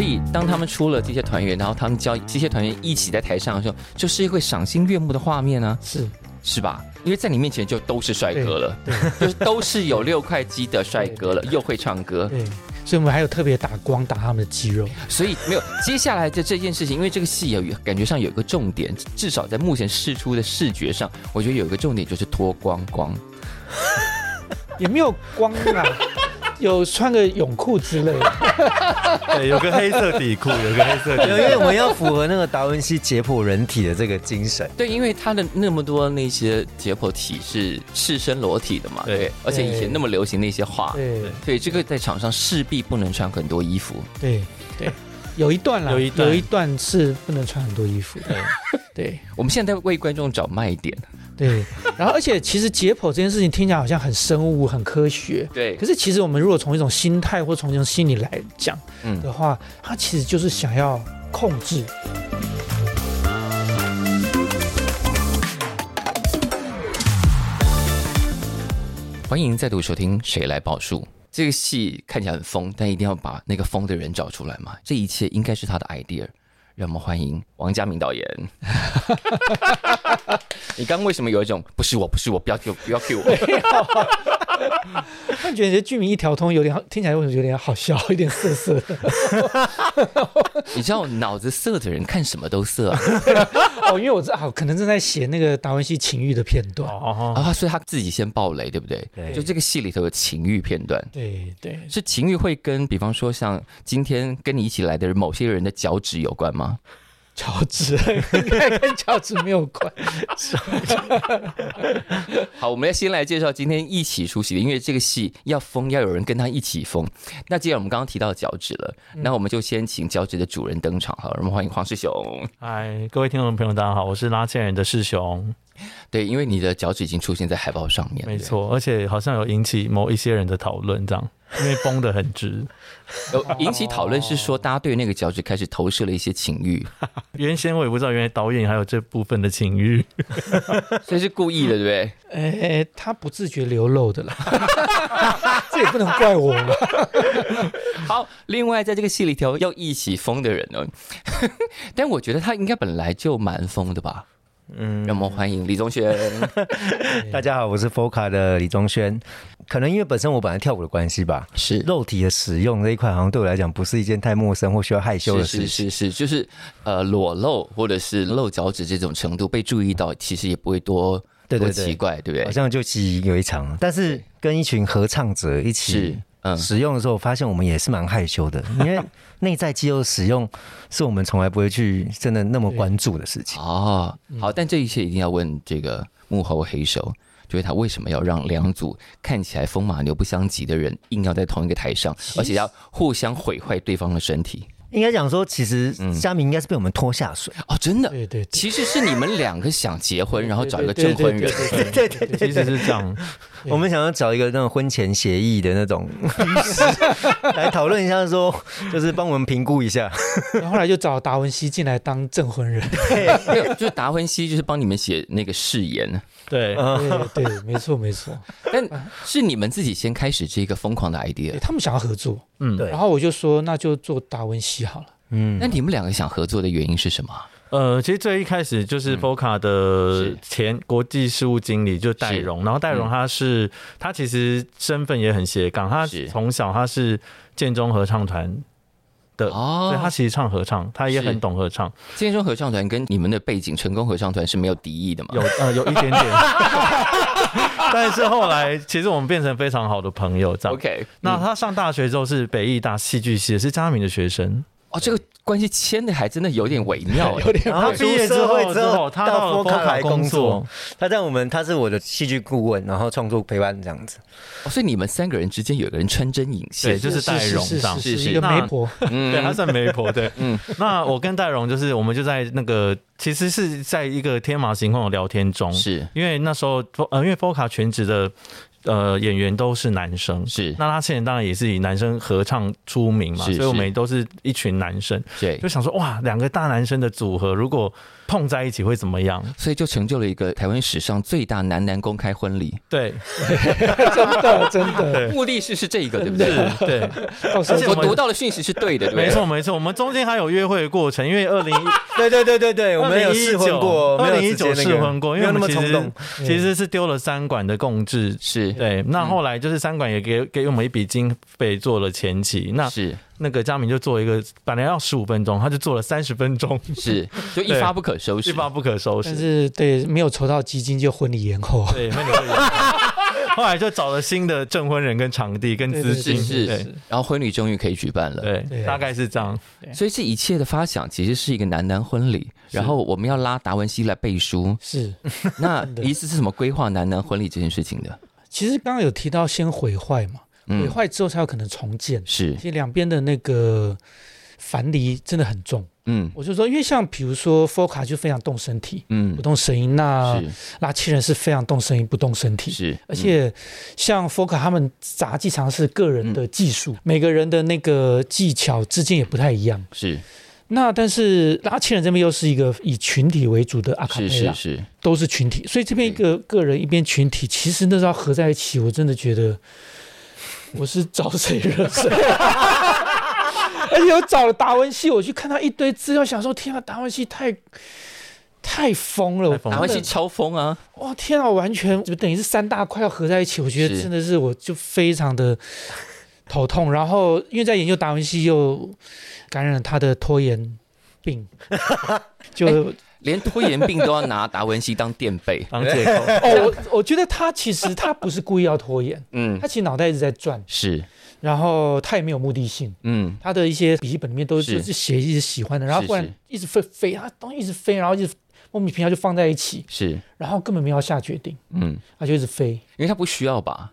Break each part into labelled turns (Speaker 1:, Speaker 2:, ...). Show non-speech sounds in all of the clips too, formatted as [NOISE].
Speaker 1: 以当他们出了这些团员，然后他们教这些团员一起在台上的时候，就是会赏心悦目的画面啊，
Speaker 2: 是
Speaker 1: 是吧？因为在你面前就都是帅哥了， [LAUGHS] 就是都是有六块肌的帅哥了，又会唱歌，
Speaker 2: 对，所以我们还有特别打光打他们的肌肉，
Speaker 1: 所以没有接下来的这件事情，因为这个戏有感觉上有一个重点，至少在目前试出的视觉上，我觉得有一个重点就是脱光光。
Speaker 2: 也没有光啊， [LAUGHS] 有穿个泳裤之类的，
Speaker 3: 对，有个黑色底裤，有个黑色底
Speaker 4: [LAUGHS] 因为我们要符合那个达文西解剖人体的这个精
Speaker 1: [LAUGHS]
Speaker 4: 神。
Speaker 1: 对，因为他的那么多那些解剖体是赤身裸体的嘛，
Speaker 3: 对
Speaker 1: 对，而且以前那么流行那些画，
Speaker 2: 对
Speaker 1: 对，这个在场上势必不能穿很多衣服。
Speaker 2: 对对，有一段啦，
Speaker 3: 有一段
Speaker 2: 段是不能穿很多衣服的，对
Speaker 1: 我们现在在为观众找卖点，
Speaker 2: 对，然后而且其实解剖这件事情听起来好像很生物、很科学，
Speaker 1: 对
Speaker 2: 可是其实我们如果从一种心态或从一种心理来讲
Speaker 1: 嗯
Speaker 2: 的话，它其实就是想要控制。
Speaker 1: 欢迎再度收听《谁来报数》。这个戏看起来很疯，但一定要把那个疯的人找出来嘛。这一切应该是他的 idea。让我们欢迎王家明导演。 [LAUGHS] 你刚刚为什么有一种不是我，不是我，不要 Q，不要 Q 我？
Speaker 2: 突然觉得你的剧名一条通有点好听起来为什么有点好笑，有点涩涩的？
Speaker 1: [LAUGHS] 你知道脑子色的人看什么都色啊，
Speaker 2: 哦，因为我知道、啊，可能正在写那个达文西情欲的片段。
Speaker 3: 哦，
Speaker 1: 啊所以他自己先爆雷，对不对？
Speaker 4: 对
Speaker 1: 就这个戏里头有情欲片段，
Speaker 2: 对对，
Speaker 1: 是情欲会跟，比方说像今天跟你一起来的某些人的脚趾有关吗？
Speaker 2: 脚趾应该跟脚趾没有关。
Speaker 1: 好，我们要先来介绍今天一起出席的，因为这个戏要疯，要有人跟他一起疯。那既然我们刚刚提到脚趾了，
Speaker 3: 嗯
Speaker 1: 那我们就先请脚趾的主人登场。好了，我们欢迎黄世雄。
Speaker 3: 嗨，各位听众朋友，大家好，我是拉线人的世雄，
Speaker 1: 对，因为你的脚趾已经出现在海报上面了，
Speaker 3: 没错，而且好像有引起某一些人的讨论， [LAUGHS] 这样，因为绷得很直。
Speaker 1: 有引起讨论是说，大家对那个脚趾开始投射了一些情
Speaker 3: [LAUGHS]
Speaker 1: 欲，
Speaker 3: 原先我也不知道，原来导演还有这部分的情欲，
Speaker 1: 所以是故意的，对不对？
Speaker 2: 哎，他不自觉流露的啦， [LAUGHS] 这也不能怪我嘛。
Speaker 1: 好，另外在这个戏里头要一起疯的人呢， [LAUGHS] 但我觉得他应该本来就蛮疯的吧。嗯，让我们欢迎李宗轩。
Speaker 4: 大家好，我是 Foca 的李宗轩。可能因为本身我本来跳舞的关系吧，
Speaker 1: 是
Speaker 4: 肉体的使用这一块好像对我来讲不是一件太陌生或需要害羞的事
Speaker 1: 是
Speaker 4: 情。
Speaker 1: 是是是，就是呃裸露或者是露脚趾这种程度被注意到，其实也不会多
Speaker 4: 对对
Speaker 1: 多
Speaker 4: 对
Speaker 1: 奇怪，对不
Speaker 4: 好
Speaker 1: 对？
Speaker 4: 像就其有一场，但是跟一群合唱者一起
Speaker 1: 是嗯
Speaker 4: 使用的时候，我发现我们也是蛮害羞
Speaker 1: [LAUGHS]
Speaker 4: 的，因为内在肌肉使用是我们从来不会去真的那么关注的事情。
Speaker 1: 哦，好，但这一切一定要问这个幕后黑手，就是他为什么要让两组看起来风马牛不相及的人硬要在同一个台上，而且要互相毁坏对方的身体？
Speaker 4: 应该讲说，其实
Speaker 1: 嗯
Speaker 4: 佳明应该是被我们拖下水。
Speaker 1: 哦，真的，
Speaker 2: 对对对，
Speaker 1: [LAUGHS] 其实是你们两个想结婚，然后找一个证婚人。
Speaker 2: 对
Speaker 4: 对对
Speaker 3: [LAUGHS]
Speaker 4: 对，
Speaker 3: 其实是这样。
Speaker 4: 我们想要找一个那种婚前协议的
Speaker 3: [LAUGHS]
Speaker 4: 那种律师来讨论一下说，就是帮我们评估一下。
Speaker 2: 然后后来就找达文西进来当证婚人。
Speaker 1: [LAUGHS] 没有，就是达芬奇，就是帮你们写那个誓言，
Speaker 3: 对，
Speaker 2: 对对，没错没错。
Speaker 1: 但是你们自己先开始这个疯狂的 idea
Speaker 2: 对。他们想要合作，
Speaker 3: 嗯，
Speaker 4: 对
Speaker 2: 然后我就说那就做达文西好了。
Speaker 4: 嗯
Speaker 1: 那你们两个想合作的原因是什么？
Speaker 3: 呃，其实最一开始就是
Speaker 1: 嗯
Speaker 3: Foca 的
Speaker 1: 是
Speaker 3: 前国际事务经理就戴荣，然后戴荣他是、他其实身份也很斜杠，他
Speaker 1: 是
Speaker 3: 从小他是建中合唱团的，所以呃他
Speaker 1: 哦，
Speaker 3: 其实唱合唱，他也
Speaker 1: 是
Speaker 3: 很懂合唱，
Speaker 1: 建中合唱团跟你们的背景成功合唱团是没有敌意的嘛？ [LAUGHS]
Speaker 3: 有呃有一点点，但是后来其实我们变成非常好的朋友这样。
Speaker 1: OK，
Speaker 3: 那
Speaker 1: 嗯
Speaker 3: 他上大学之后是北艺大戏剧系，是佳明的学生。
Speaker 1: 哦，这个关系牵的还真的有点微
Speaker 3: [LAUGHS]
Speaker 1: 妙哎。
Speaker 4: 然后毕业之后，之后
Speaker 3: 他
Speaker 4: 到
Speaker 3: 到了
Speaker 4: Foca 来
Speaker 3: Foca 工
Speaker 4: 工
Speaker 3: 作
Speaker 4: 作，，他在我们他是我的戏剧顾问，然后创作陪伴这样子。
Speaker 1: 哦所以你们三个人之间有个人穿针引线，
Speaker 3: 对就是戴荣
Speaker 2: 是
Speaker 3: 这样
Speaker 2: 是是
Speaker 1: 是
Speaker 2: 是
Speaker 1: 是
Speaker 2: 一个
Speaker 3: 那
Speaker 2: 媒婆， [LAUGHS]
Speaker 3: 对，他
Speaker 1: 嗯，
Speaker 3: 算媒婆。对，嗯。那我跟戴荣就是，我们就在那个，其实是在一个天马行空的聊天中，
Speaker 1: 是
Speaker 3: 因为那时候，呃，因为 Foca 全职的呃演员都是男生，
Speaker 1: 是
Speaker 3: 那他现在当然也是以男生合唱出名嘛，
Speaker 1: 是
Speaker 3: 所以我们
Speaker 1: 是
Speaker 3: 也都是一群男生，
Speaker 1: 对
Speaker 3: 就，想说哇，两个大男生的组合如果碰在一起会怎么样？
Speaker 1: 所以就成就了一个台湾史上最大男男公开婚礼，
Speaker 4: [LAUGHS]
Speaker 3: 对，
Speaker 2: 真的真的，
Speaker 1: 目的是是这一个，对不对？
Speaker 3: 是，对，
Speaker 2: 到时候
Speaker 3: 而且
Speaker 1: 我
Speaker 3: 我们
Speaker 1: 读到的讯息是对的，对不对
Speaker 3: 没错没错，我们中间还有约会的过程，因为二零一
Speaker 4: 对对对对 [LAUGHS] 对，我们有试婚过，
Speaker 3: 二
Speaker 4: 没
Speaker 3: 零
Speaker 4: 有
Speaker 3: 一
Speaker 4: 直接那
Speaker 3: 九
Speaker 4: 个
Speaker 3: 试婚过，因为
Speaker 4: 没有
Speaker 3: 我
Speaker 4: 那么
Speaker 3: 们其
Speaker 4: 冲动
Speaker 3: 实。其实是丢了三馆的共治。
Speaker 1: 是
Speaker 3: 对，
Speaker 4: 嗯
Speaker 3: 那后来就是三馆也给给我们一笔经费做了前期，那
Speaker 1: 是
Speaker 3: 那个佳明就做一个，本来要十五分钟，他就做了三十分钟，
Speaker 1: 是，就一发不可收
Speaker 3: 一
Speaker 1: 拾。
Speaker 3: 发不可收
Speaker 2: 但
Speaker 3: 拾。
Speaker 2: 是对没有筹到基金就婚礼延后。
Speaker 3: 对，那个会
Speaker 4: [LAUGHS]
Speaker 3: 有后来就找了新的证婚人、跟场地、跟资
Speaker 1: 是
Speaker 3: 金，
Speaker 1: 是
Speaker 3: 对
Speaker 1: 然后婚礼终于可以举办了，
Speaker 3: 对
Speaker 2: 对。
Speaker 3: 大概是这样。
Speaker 1: 所以这一切的发想其实是一个男男婚礼，然后我们要拉达文西来背书
Speaker 2: [LAUGHS] [LAUGHS] 是，
Speaker 1: 那
Speaker 2: 真的
Speaker 1: 一次是怎么规划男男婚礼这件事情的？
Speaker 2: 其实刚刚有提到先毁坏嘛，
Speaker 1: 嗯
Speaker 2: 毁坏之后才有可能重建。
Speaker 1: 是
Speaker 2: 其，实两边的那个樊篱真的很重。
Speaker 1: 嗯
Speaker 2: 我就说，因为像比如说 f o c a 就非常动身体，
Speaker 1: 嗯
Speaker 2: 不，动声音；那
Speaker 1: 是
Speaker 2: 拉七人是非常动声音，不动身体。
Speaker 1: 是，
Speaker 2: 啊
Speaker 1: 嗯
Speaker 2: 而且像 f o c a 他们杂技常是个人
Speaker 1: 嗯
Speaker 2: 的技术，每个人的那个技巧之间也不太一样。
Speaker 1: 嗯是
Speaker 2: 那但是拉七人这边又是一个以群体为主的阿卡贝
Speaker 1: 是
Speaker 2: 拉，
Speaker 1: 是是，
Speaker 2: 都是群体，所以这边一个个人一边群体，其实那时候合在一起，我真的觉得我是找谁惹
Speaker 3: [LAUGHS]
Speaker 2: 谁。而且我找了达文西，我去看到一堆资料，想说天啊，达文西太太疯了！
Speaker 3: 太疯了。
Speaker 1: 达文西
Speaker 2: 真的
Speaker 1: 超疯啊，
Speaker 2: 哇，天啊，我完全就等于是三大块要合在一起，我觉得
Speaker 1: 是
Speaker 2: 真的是我就非常的头痛。然后因为在研究达文西，又感染了他的拖延病，就、
Speaker 1: 连拖延病都要拿达文西当垫背
Speaker 3: 当借口，
Speaker 2: 哦，我我觉得他其实他不是故意要拖延，
Speaker 1: 嗯
Speaker 2: [LAUGHS] 他，其实脑袋一直在转，
Speaker 1: 是，
Speaker 2: 然后他也没有目的性，
Speaker 1: 嗯，
Speaker 2: 他的一些笔记本里面都
Speaker 1: 是
Speaker 2: 是就是写一些喜欢的，然后
Speaker 1: 是
Speaker 2: 忽然
Speaker 1: 是
Speaker 2: 一直飞飞，他东西一直飞，然后一直莫名其妙就放在一起，
Speaker 1: 是，
Speaker 2: 然后根本没有下决定，
Speaker 1: 嗯，
Speaker 2: 他就一直飞。
Speaker 1: 因为他不需要吧？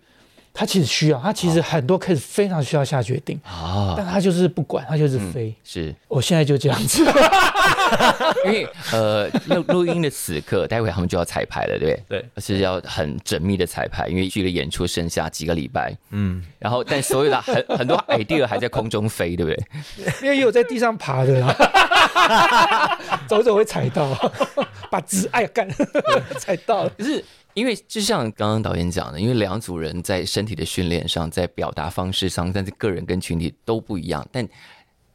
Speaker 2: 他其实需要，他其实很多 case 非常需要下决定，
Speaker 1: 啊，嗯
Speaker 2: 但他就是不管，他就是飞。
Speaker 1: 是
Speaker 2: 我现在就这样
Speaker 1: [LAUGHS]
Speaker 2: 子，
Speaker 1: 因为呃，录录音的此刻，待会他们就要彩排了，对不对？
Speaker 3: 对，
Speaker 1: 是要很缜密的彩排，因为距离演出剩下几个礼拜，
Speaker 4: 嗯，
Speaker 1: 然后但所有的很 [LAUGHS] 很多 idea 还在空中飞，对不对？
Speaker 2: 因为也有在地上爬的啦，
Speaker 1: [LAUGHS]
Speaker 2: 走走会踩到， [LAUGHS] 把纸哎呀干 [LAUGHS] 踩到了，
Speaker 1: 可是因为就像刚刚导演讲的，因为两组人在身体的训练上，在表达方式上，但是个人跟群体都不一样。但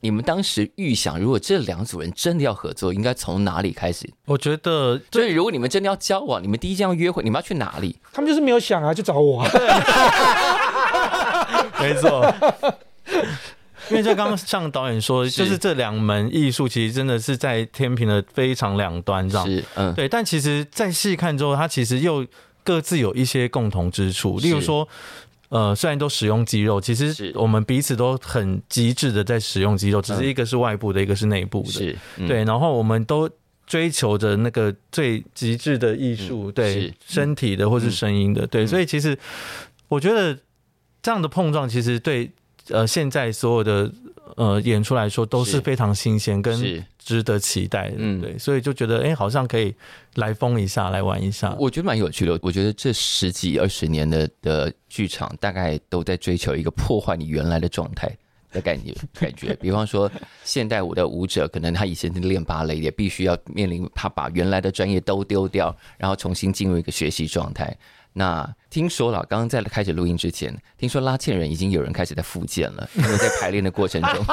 Speaker 1: 你们当时预想，如果这两组人真的要合作，应该从哪里开始？
Speaker 3: [LAUGHS] 我觉得
Speaker 1: 所以如果你们真的要交往，你们第一这样约会，你们要去哪里？
Speaker 2: 他们就是没有想啊，就找我啊。
Speaker 3: [LAUGHS] 没错。 [LAUGHS] 因为就刚刚像导演说，就是这两门艺术其实真的是在天平的非常两端上。
Speaker 1: 是嗯，
Speaker 3: 对，但其实再细看之后，它其实又各自有一些共同之处，例如
Speaker 1: 是
Speaker 3: 说。呃，虽然都使用肌肉，其实
Speaker 1: 是
Speaker 3: 我们彼此都很极致的在使用肌肉，只是
Speaker 1: 嗯
Speaker 3: 一个是外部的，一个是内部的。
Speaker 1: 是，嗯
Speaker 3: 对，然后我们都追求着那个最极致的艺术，
Speaker 1: 嗯
Speaker 3: 对
Speaker 1: 是
Speaker 3: 身体的或是声音的，对，
Speaker 1: 嗯
Speaker 3: 所以其实我觉得这样的碰撞，其实对呃现在所有的呃演出来说都
Speaker 1: 是
Speaker 3: 是非常新鲜跟
Speaker 1: 是。
Speaker 3: 值得期待的，
Speaker 1: 嗯
Speaker 3: 对，所以就觉得哎、诶好像可以来疯一下，来玩一下，
Speaker 1: 我觉得蛮有趣的。我觉得这十几二十年的的剧场，大概都在追求一个破坏你原来的状态的感觉感觉。比方说，现代舞的舞者，可能他以前是练芭蕾，也必须要面临他把原来的专业都丢掉，然后重新进入一个学习状态。那听说了，刚刚在开始录音之前，听说拉纤人已经有人开始在复健了，因为在排练的过程中，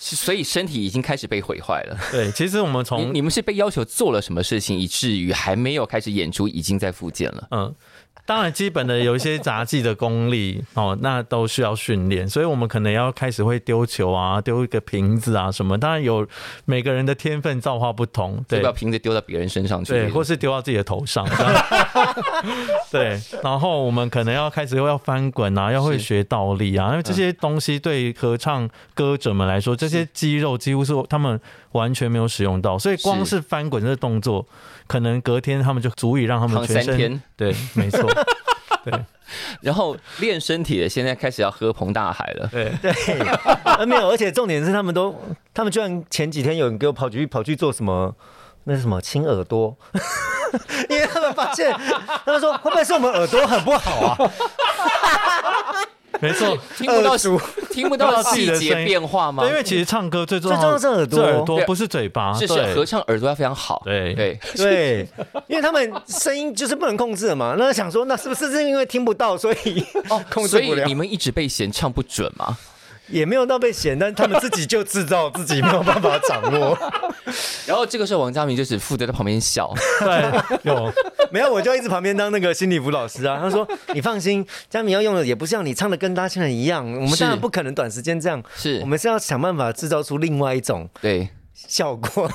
Speaker 1: 是所以身体已经开始被毁坏了。
Speaker 3: 对，其实我们
Speaker 1: 你
Speaker 3: 从
Speaker 1: 你们是被要求做了什么事情，以至于还没有开始演出，已经在复健了？
Speaker 3: 嗯，当然基本的有一些杂技的功力哦，那都需要训练，所以我们可能要开始会丢球啊，丢一个瓶子啊什么。当然有每个人的天分造化不同，
Speaker 1: 要
Speaker 3: 对
Speaker 1: 不要瓶子丢到别人身上去？
Speaker 3: 对，或是丢到自己的头上。这样 [LAUGHS] 对，然后我们可能要开始又要翻滚啊，要会
Speaker 1: 是嗯
Speaker 3: 学倒立啊，因为这些东西对合唱歌者们来说，这些肌肉几乎是他们完全没有使用到，所以光
Speaker 1: 是
Speaker 3: 是翻滚这个动作，可能隔天他们就足以让他们
Speaker 1: 躺
Speaker 3: 全
Speaker 1: 三
Speaker 3: 身
Speaker 1: 天，
Speaker 3: 对，没错，
Speaker 1: 然后练身体的现在开始要喝彭大海了。
Speaker 3: 对。
Speaker 4: 对， [LAUGHS] 呃没有，而且重点是他们都，
Speaker 3: [LAUGHS]
Speaker 4: 他们居然前几天有人给我跑去跑去做什么，那是什么亲耳朵，因为他们发现，他们说会不会是我们耳朵很不好啊？
Speaker 3: 没错，
Speaker 1: [LAUGHS] 听不到
Speaker 4: 二叔
Speaker 1: 听不
Speaker 3: [LAUGHS]
Speaker 1: 到
Speaker 3: 自己
Speaker 1: 细
Speaker 3: 的
Speaker 1: 节
Speaker 3: 声音
Speaker 1: 变化吗
Speaker 3: 对，？因为其实唱歌最重
Speaker 4: 最重要
Speaker 3: 要
Speaker 4: 是耳朵
Speaker 3: 是耳朵
Speaker 1: 对
Speaker 3: 不是嘴巴，
Speaker 1: 是是 [LAUGHS]
Speaker 3: 对
Speaker 1: 合唱耳朵要非常好，
Speaker 3: 对
Speaker 1: 对，
Speaker 4: 对，因为他们声音就是不能控制的嘛。 [LAUGHS] 那想说，那是不是是因为听不到，所以 [LAUGHS] 哦 [LAUGHS] 控制
Speaker 1: 所
Speaker 4: 不
Speaker 1: 以
Speaker 4: 了
Speaker 1: 你？们一直被嫌唱不准吗？
Speaker 4: 也没有到被嫌，但他们自己就制造自己没有办法掌握。 [LAUGHS]
Speaker 1: 然后这个时候王嘉明就是负责在旁边笑，
Speaker 3: 对有
Speaker 4: 没有，我就一直旁边当那个心理辅导师啊。他说：“你放心，佳明要用的也不像你唱的跟大家现在一样，我们
Speaker 1: 是
Speaker 4: 当然不可能短时间这样，
Speaker 1: 是
Speaker 4: [LAUGHS] 我们是要想办法制造出另外一种
Speaker 1: 对，[LAUGHS]
Speaker 4: 效果。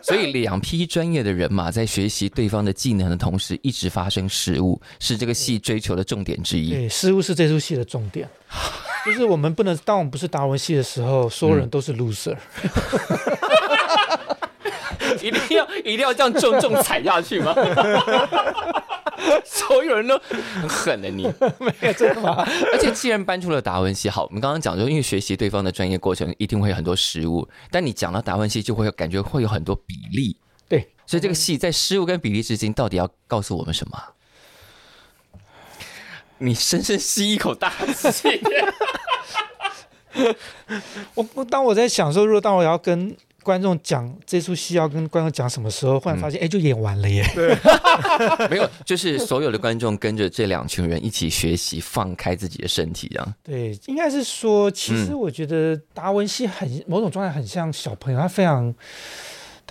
Speaker 1: 所以两批专业的人马在学习对方的技能的同时，一直发生失误，是这个戏追求的重点之一。
Speaker 2: 对，失误是这出戏的重 [LAUGHS] 点，就是我们不能，当我们不是达文西的时候，所有人都是 loser。
Speaker 1: [LAUGHS] 一定要一定要这样重重踩下去吗？ [LAUGHS] 所有人都很狠的你，没有真的吗？而且既然搬出了达文西，好，我们刚刚讲说，因为学习对方的专业过程一定会有很多失误，但你讲到达文西，就会有感觉会有很多比例，
Speaker 2: 对，
Speaker 1: 所以这个戏在失误跟比例之间，到底要告诉我们什么啊？你深深吸一口大 [LAUGHS] 气，
Speaker 2: 我我当我在想说，如果当我要跟观众讲这出戏要跟观众讲什么时候，忽然发现，哎、就演完了耶。
Speaker 1: 没有，就是所有的观众跟着这两群人一起学习，放开自己的身体，这样
Speaker 2: 对，应该是说，其实我觉得达文西很某种状态很像小朋友，他非常。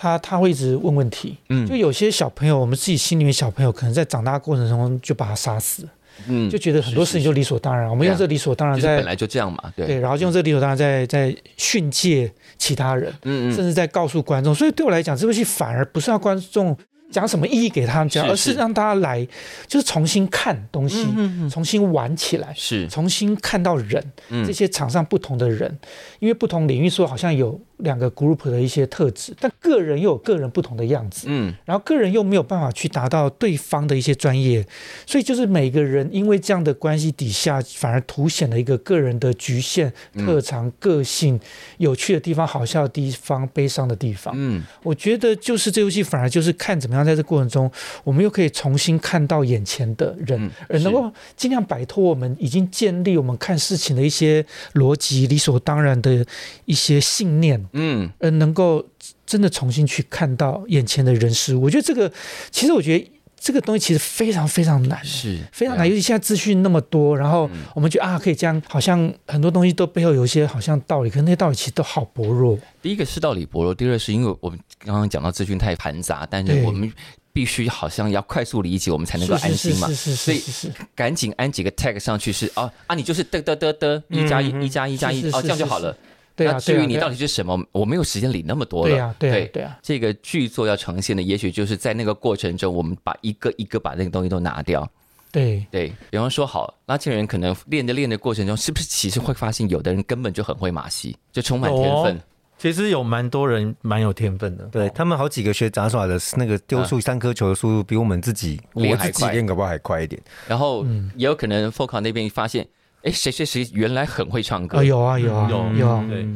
Speaker 2: 他他会一直问问题，
Speaker 1: 嗯
Speaker 2: 就有些小朋友，我们自己心里面小朋友，可能在长大过程中就把他杀死了，
Speaker 1: 嗯，
Speaker 2: 就
Speaker 1: 就
Speaker 2: 觉得很多
Speaker 1: 是
Speaker 2: 事情就理所当然。我们
Speaker 1: 对啊
Speaker 2: 用这理所当然
Speaker 1: 是
Speaker 2: 在
Speaker 1: 本来就这样嘛，对，
Speaker 2: 对，然后用这个理所当然在在训诫其他人，
Speaker 1: 嗯
Speaker 2: 甚至在告诉观众。所以对我来讲，这部戏反而不是让观众讲什么意义给他们讲，
Speaker 1: 是
Speaker 2: 而
Speaker 1: 是嗯
Speaker 2: 是让大家来就是重新看东西，重新玩起来，
Speaker 1: 是，
Speaker 2: 重新看到人，
Speaker 1: 嗯
Speaker 2: 这些场上不同的人，因为不同领域说好像有两个 group 的一些特质，但个人又有个人不同的样子。
Speaker 1: 嗯，
Speaker 2: 然后个人又没有办法去达到对方的一些专业，所以就是每个人因为这样的关系底下，反而凸显了一个个人的局限、特长、个性、有趣的地方、好笑的地方、悲伤的地方。
Speaker 1: 嗯，
Speaker 2: 我觉得就是这游戏反而就是看怎么样在这过程中，我们又可以重新看到眼前的人，
Speaker 1: 嗯
Speaker 2: 而能够尽量摆脱我们已经建立我们看事情的一些逻辑、理所当然的一些信念。
Speaker 1: 嗯，
Speaker 2: 呃，能够真的重新去看到眼前的人事物。我觉得这个，其实我觉得这个东西其实非常非常难，
Speaker 1: 是
Speaker 2: 嗯
Speaker 1: 啊嗯
Speaker 2: 非常难。尤其现在资讯那么多，然后我们觉得啊，可以这样，好像很多东西都背后有一些好像道理，可是那些道理其实都好薄弱。
Speaker 1: 第一个是道理薄弱，第二个是因为我们刚刚讲到资讯太繁杂，但是
Speaker 2: 对
Speaker 1: 我们必须好像要快速理解，我们才能够安心嘛
Speaker 2: 是。是
Speaker 1: 所
Speaker 2: 是
Speaker 1: 以
Speaker 2: 是是是是，
Speaker 1: 赶紧安几个 tag 上去是啊啊，你就是得得得得一加一一加一加
Speaker 2: 嗯是
Speaker 1: 一
Speaker 2: 是
Speaker 1: 哦，
Speaker 2: 是
Speaker 1: 这样就是好了。
Speaker 2: 对啊，
Speaker 1: 那至
Speaker 2: 对
Speaker 1: 于
Speaker 2: 啊
Speaker 1: 你
Speaker 2: 对啊
Speaker 1: 到底是什么，我没有时间理那么多
Speaker 2: 对
Speaker 1: 了
Speaker 2: 呀。对啊呀对呀，
Speaker 1: 这个剧作要呈现的，也许就是在那个过程中，我们把一个一个把那个东西都拿掉。
Speaker 2: 对
Speaker 1: 对，比方说好，拉丁人可能练着练的过程中，是不是其实会发现有的人根本就很会马戏，就充满天分
Speaker 3: 有哦。其实有蛮多人蛮有天分的，
Speaker 4: 对他们好几个学杂耍的，那个丢出三颗球的速度比我们自己，
Speaker 1: 练
Speaker 4: 我
Speaker 1: 啊还
Speaker 4: 自己
Speaker 1: 快
Speaker 4: 练搞不好还快一点。
Speaker 1: 然后
Speaker 2: 嗯
Speaker 1: 也有可能 f o c a 那边发现，哎，谁谁谁原来很会唱歌
Speaker 2: 啊，有啊有啊
Speaker 3: 嗯有
Speaker 1: 嗯
Speaker 2: 有啊，
Speaker 3: 对，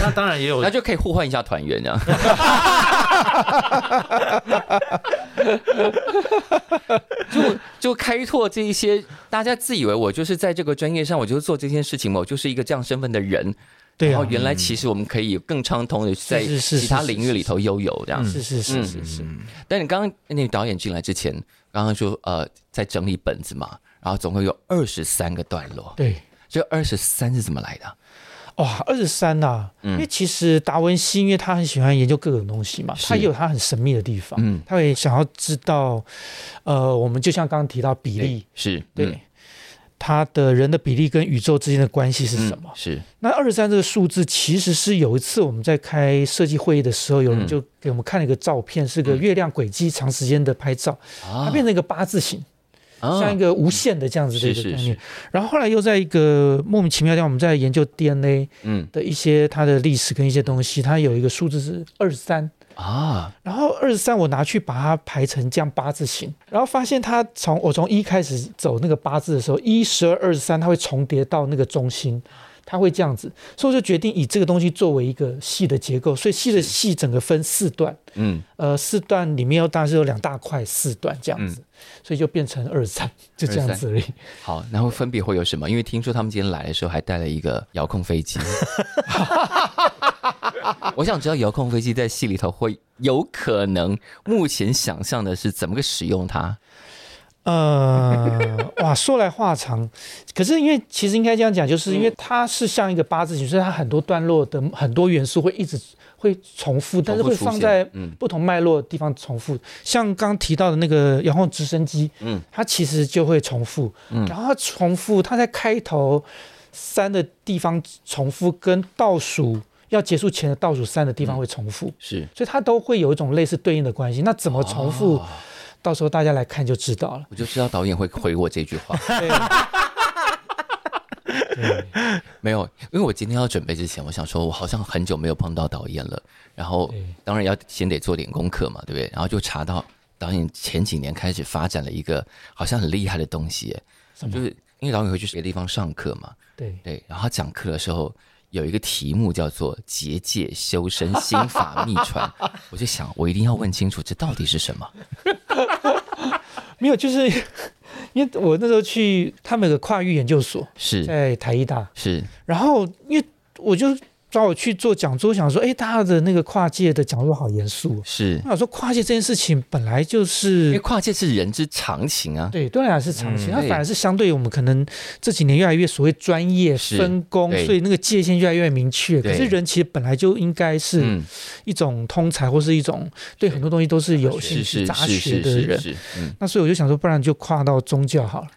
Speaker 3: 那当然也有
Speaker 1: 那就可以互换一下团员
Speaker 2: [LAUGHS]
Speaker 1: 啊。就就开拓这一些，大家自以为我就是在这个专业上，我就是做这件事情嘛，我就是一个这样身份的人。
Speaker 2: 对
Speaker 1: 然
Speaker 2: 啊
Speaker 1: 后，原来其实我们可以更畅通的在
Speaker 2: 是是是
Speaker 1: 其他
Speaker 2: 是
Speaker 1: 领域里头悠游这样。
Speaker 2: 是是是
Speaker 1: 嗯
Speaker 2: 是是，
Speaker 1: 但你刚刚那个导演进来之前，刚刚说呃在整理本子嘛，然后总共有二十三个段落，
Speaker 2: 对。
Speaker 1: 这二十三是怎么来的啊？
Speaker 2: 哇，二十三呐！
Speaker 1: 嗯
Speaker 2: 因为其实达文西，因为他很喜欢研究各种东西嘛，
Speaker 1: 是
Speaker 2: 他也有他很神秘的地方，
Speaker 1: 嗯
Speaker 2: 他也想要知道，呃，我们就像刚刚提到比例，
Speaker 1: 是嗯
Speaker 2: 对，他的人的比例跟宇宙之间的关系是
Speaker 1: 嗯
Speaker 2: 什么？
Speaker 1: 嗯是
Speaker 2: 那二十三这个数字，其实是有一次我们在开设计会议的时候，有
Speaker 1: 嗯
Speaker 2: 人就给我们看了一个照片，是个月亮轨迹长时间的拍照，它
Speaker 1: 啊
Speaker 2: 变成一个八字形。
Speaker 1: 啊
Speaker 2: 像一个无限的这样子的一个
Speaker 1: 是是
Speaker 2: 概
Speaker 1: 是
Speaker 2: 念。然后后来又在一个莫名其妙的地方，我们在研究 DNA
Speaker 1: 嗯
Speaker 2: 的一些它的历史跟一些东西，它有一个数字是二十三。
Speaker 1: 啊
Speaker 2: 然后二十三，我拿去把它排成这样八字形，然后发现它从我从一开始走那个八字的时候，一、十二、二十三，它会重叠到那个中心，它会这样子，所以我就决定以这个东西作为一个戏的结构，所以戏的戏整个分四段，
Speaker 1: 嗯，
Speaker 2: 呃，四段里面要大致有两大块，四段这样子，所以就变成二三，就这样子而已。
Speaker 1: 好，然后分别会有什么？因为听说他们今天来的时候还带了一个遥控飞机。 [LAUGHS] 我想知道遥控飞机在戏里头会有可能，目前想象的是怎么个使用它？
Speaker 2: 呃，
Speaker 1: [LAUGHS]
Speaker 2: 哇，说来话长，可是因为其实应该这样讲，就是因
Speaker 1: 嗯
Speaker 2: 为它是像一个八字形，所以它很多段落的很多元素会一直会重复，但是会
Speaker 1: 重复出
Speaker 2: 放
Speaker 1: 现
Speaker 2: 在
Speaker 1: 嗯
Speaker 2: 不同脉络的地方重复。像刚提到的那个遥控直升机，
Speaker 1: 嗯，
Speaker 2: 它其实就会重复，
Speaker 1: 嗯
Speaker 2: 然后它重复，它在开头三的地方重复，跟倒数要结束前的倒数三的
Speaker 1: 嗯
Speaker 2: 地方会重复，
Speaker 1: 是
Speaker 2: 所以它都会有一种类似对应的关系。那怎么重复？
Speaker 1: 哦
Speaker 2: 到时候大家来看就知道了。
Speaker 1: 我就知道导演会回我这句
Speaker 2: [LAUGHS]
Speaker 1: 话。没有，因为我今天要准备之前，我想说，我好像很久没有碰到导演了。然后
Speaker 2: 对，
Speaker 1: 当然要先得做点功课嘛，对不对？然后就查到导演前几年开始发展了一个好像很厉害的东西耶，
Speaker 2: 什么
Speaker 1: 就是因为导演会去别的地方上课嘛，
Speaker 2: 对，
Speaker 1: 对。然后他讲课的时候有一个题目叫做“结界修身心法秘传”，我就想，我一定要问清楚这到底是什么。
Speaker 2: 没有，就是 [LAUGHS] 因为我那时候去他们有个跨域研究所 [LAUGHS]
Speaker 1: 是
Speaker 2: 在台医大，
Speaker 1: 是，
Speaker 2: 然后因为我就找我去做讲座，想说，哎，大家的那个跨界的讲座好严肃哦。
Speaker 1: 是
Speaker 2: 我，想说，跨界这件事情本来就
Speaker 1: 因为
Speaker 2: 是。
Speaker 1: 跨界是人之常情啊。
Speaker 2: 对，对来讲是长期，
Speaker 3: 嗯
Speaker 2: 它
Speaker 1: 对
Speaker 2: 反而是相对于我们可能这几年越来越所谓专业
Speaker 1: 是
Speaker 2: 分工，
Speaker 1: 对
Speaker 2: 所以那个界限越来越明确。可
Speaker 1: 对
Speaker 2: 是人其实本来就应该是
Speaker 1: 嗯，
Speaker 2: 一种通才，或是一种对很多东西都是有兴
Speaker 1: 是
Speaker 2: 趣
Speaker 1: 是
Speaker 2: 杂
Speaker 1: 是
Speaker 2: 学
Speaker 1: 是
Speaker 2: 的
Speaker 1: 是
Speaker 2: 人。
Speaker 1: 是，嗯，
Speaker 2: 那所以我就想说，不然就跨到宗
Speaker 1: [LAUGHS]
Speaker 2: 教好了。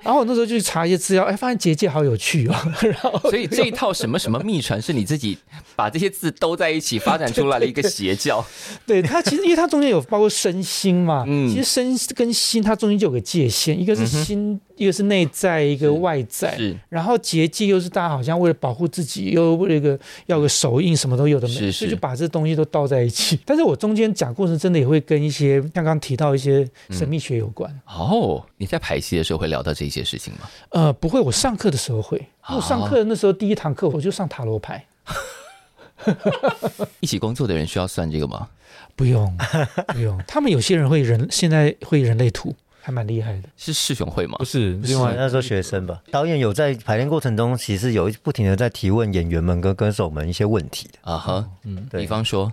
Speaker 2: 然后我那时候就去查一些资料，哎，发现结界好有
Speaker 1: [LAUGHS]
Speaker 2: 趣哦。然后
Speaker 1: 所以这一套什么什么秘传是你自己把这些字都在一起发展出来
Speaker 2: [LAUGHS]
Speaker 1: 的一个邪教，
Speaker 2: 对它其实，因为它中间有包括身心嘛，
Speaker 1: 嗯
Speaker 2: 其实身跟心它中间就有个界限，一个是心，一个是内在，一个外在。
Speaker 1: 是
Speaker 2: 然后结界又是大家好像为了保护自己，又为了一个要个手印，什么都有的没，
Speaker 1: 是
Speaker 2: 所
Speaker 1: 是
Speaker 2: 以就把这东西都倒在一起。但是我中间讲过程真的也会跟一些像刚刚提到一些神秘学有关。
Speaker 1: 哦。你在排戏的时候会聊到这些事情吗？
Speaker 2: 呃，不会，我上课的时候会。
Speaker 1: 哦
Speaker 2: 因为我上课那时候第一堂课我就上塔罗牌，
Speaker 1: 一起工作的人需要算这个吗？
Speaker 2: 不 [LAUGHS] 用不用。他们有些人会人现在会人类图，还蛮厉害的。
Speaker 1: 是世雄会吗
Speaker 3: 不？是另
Speaker 4: 我
Speaker 3: 外
Speaker 4: 那时候学生吧，导演有在排练过程中，其实有一不停的在提问演员们跟歌手们一些问题的，
Speaker 1: 啊哈，嗯，
Speaker 4: 对
Speaker 1: 比方说，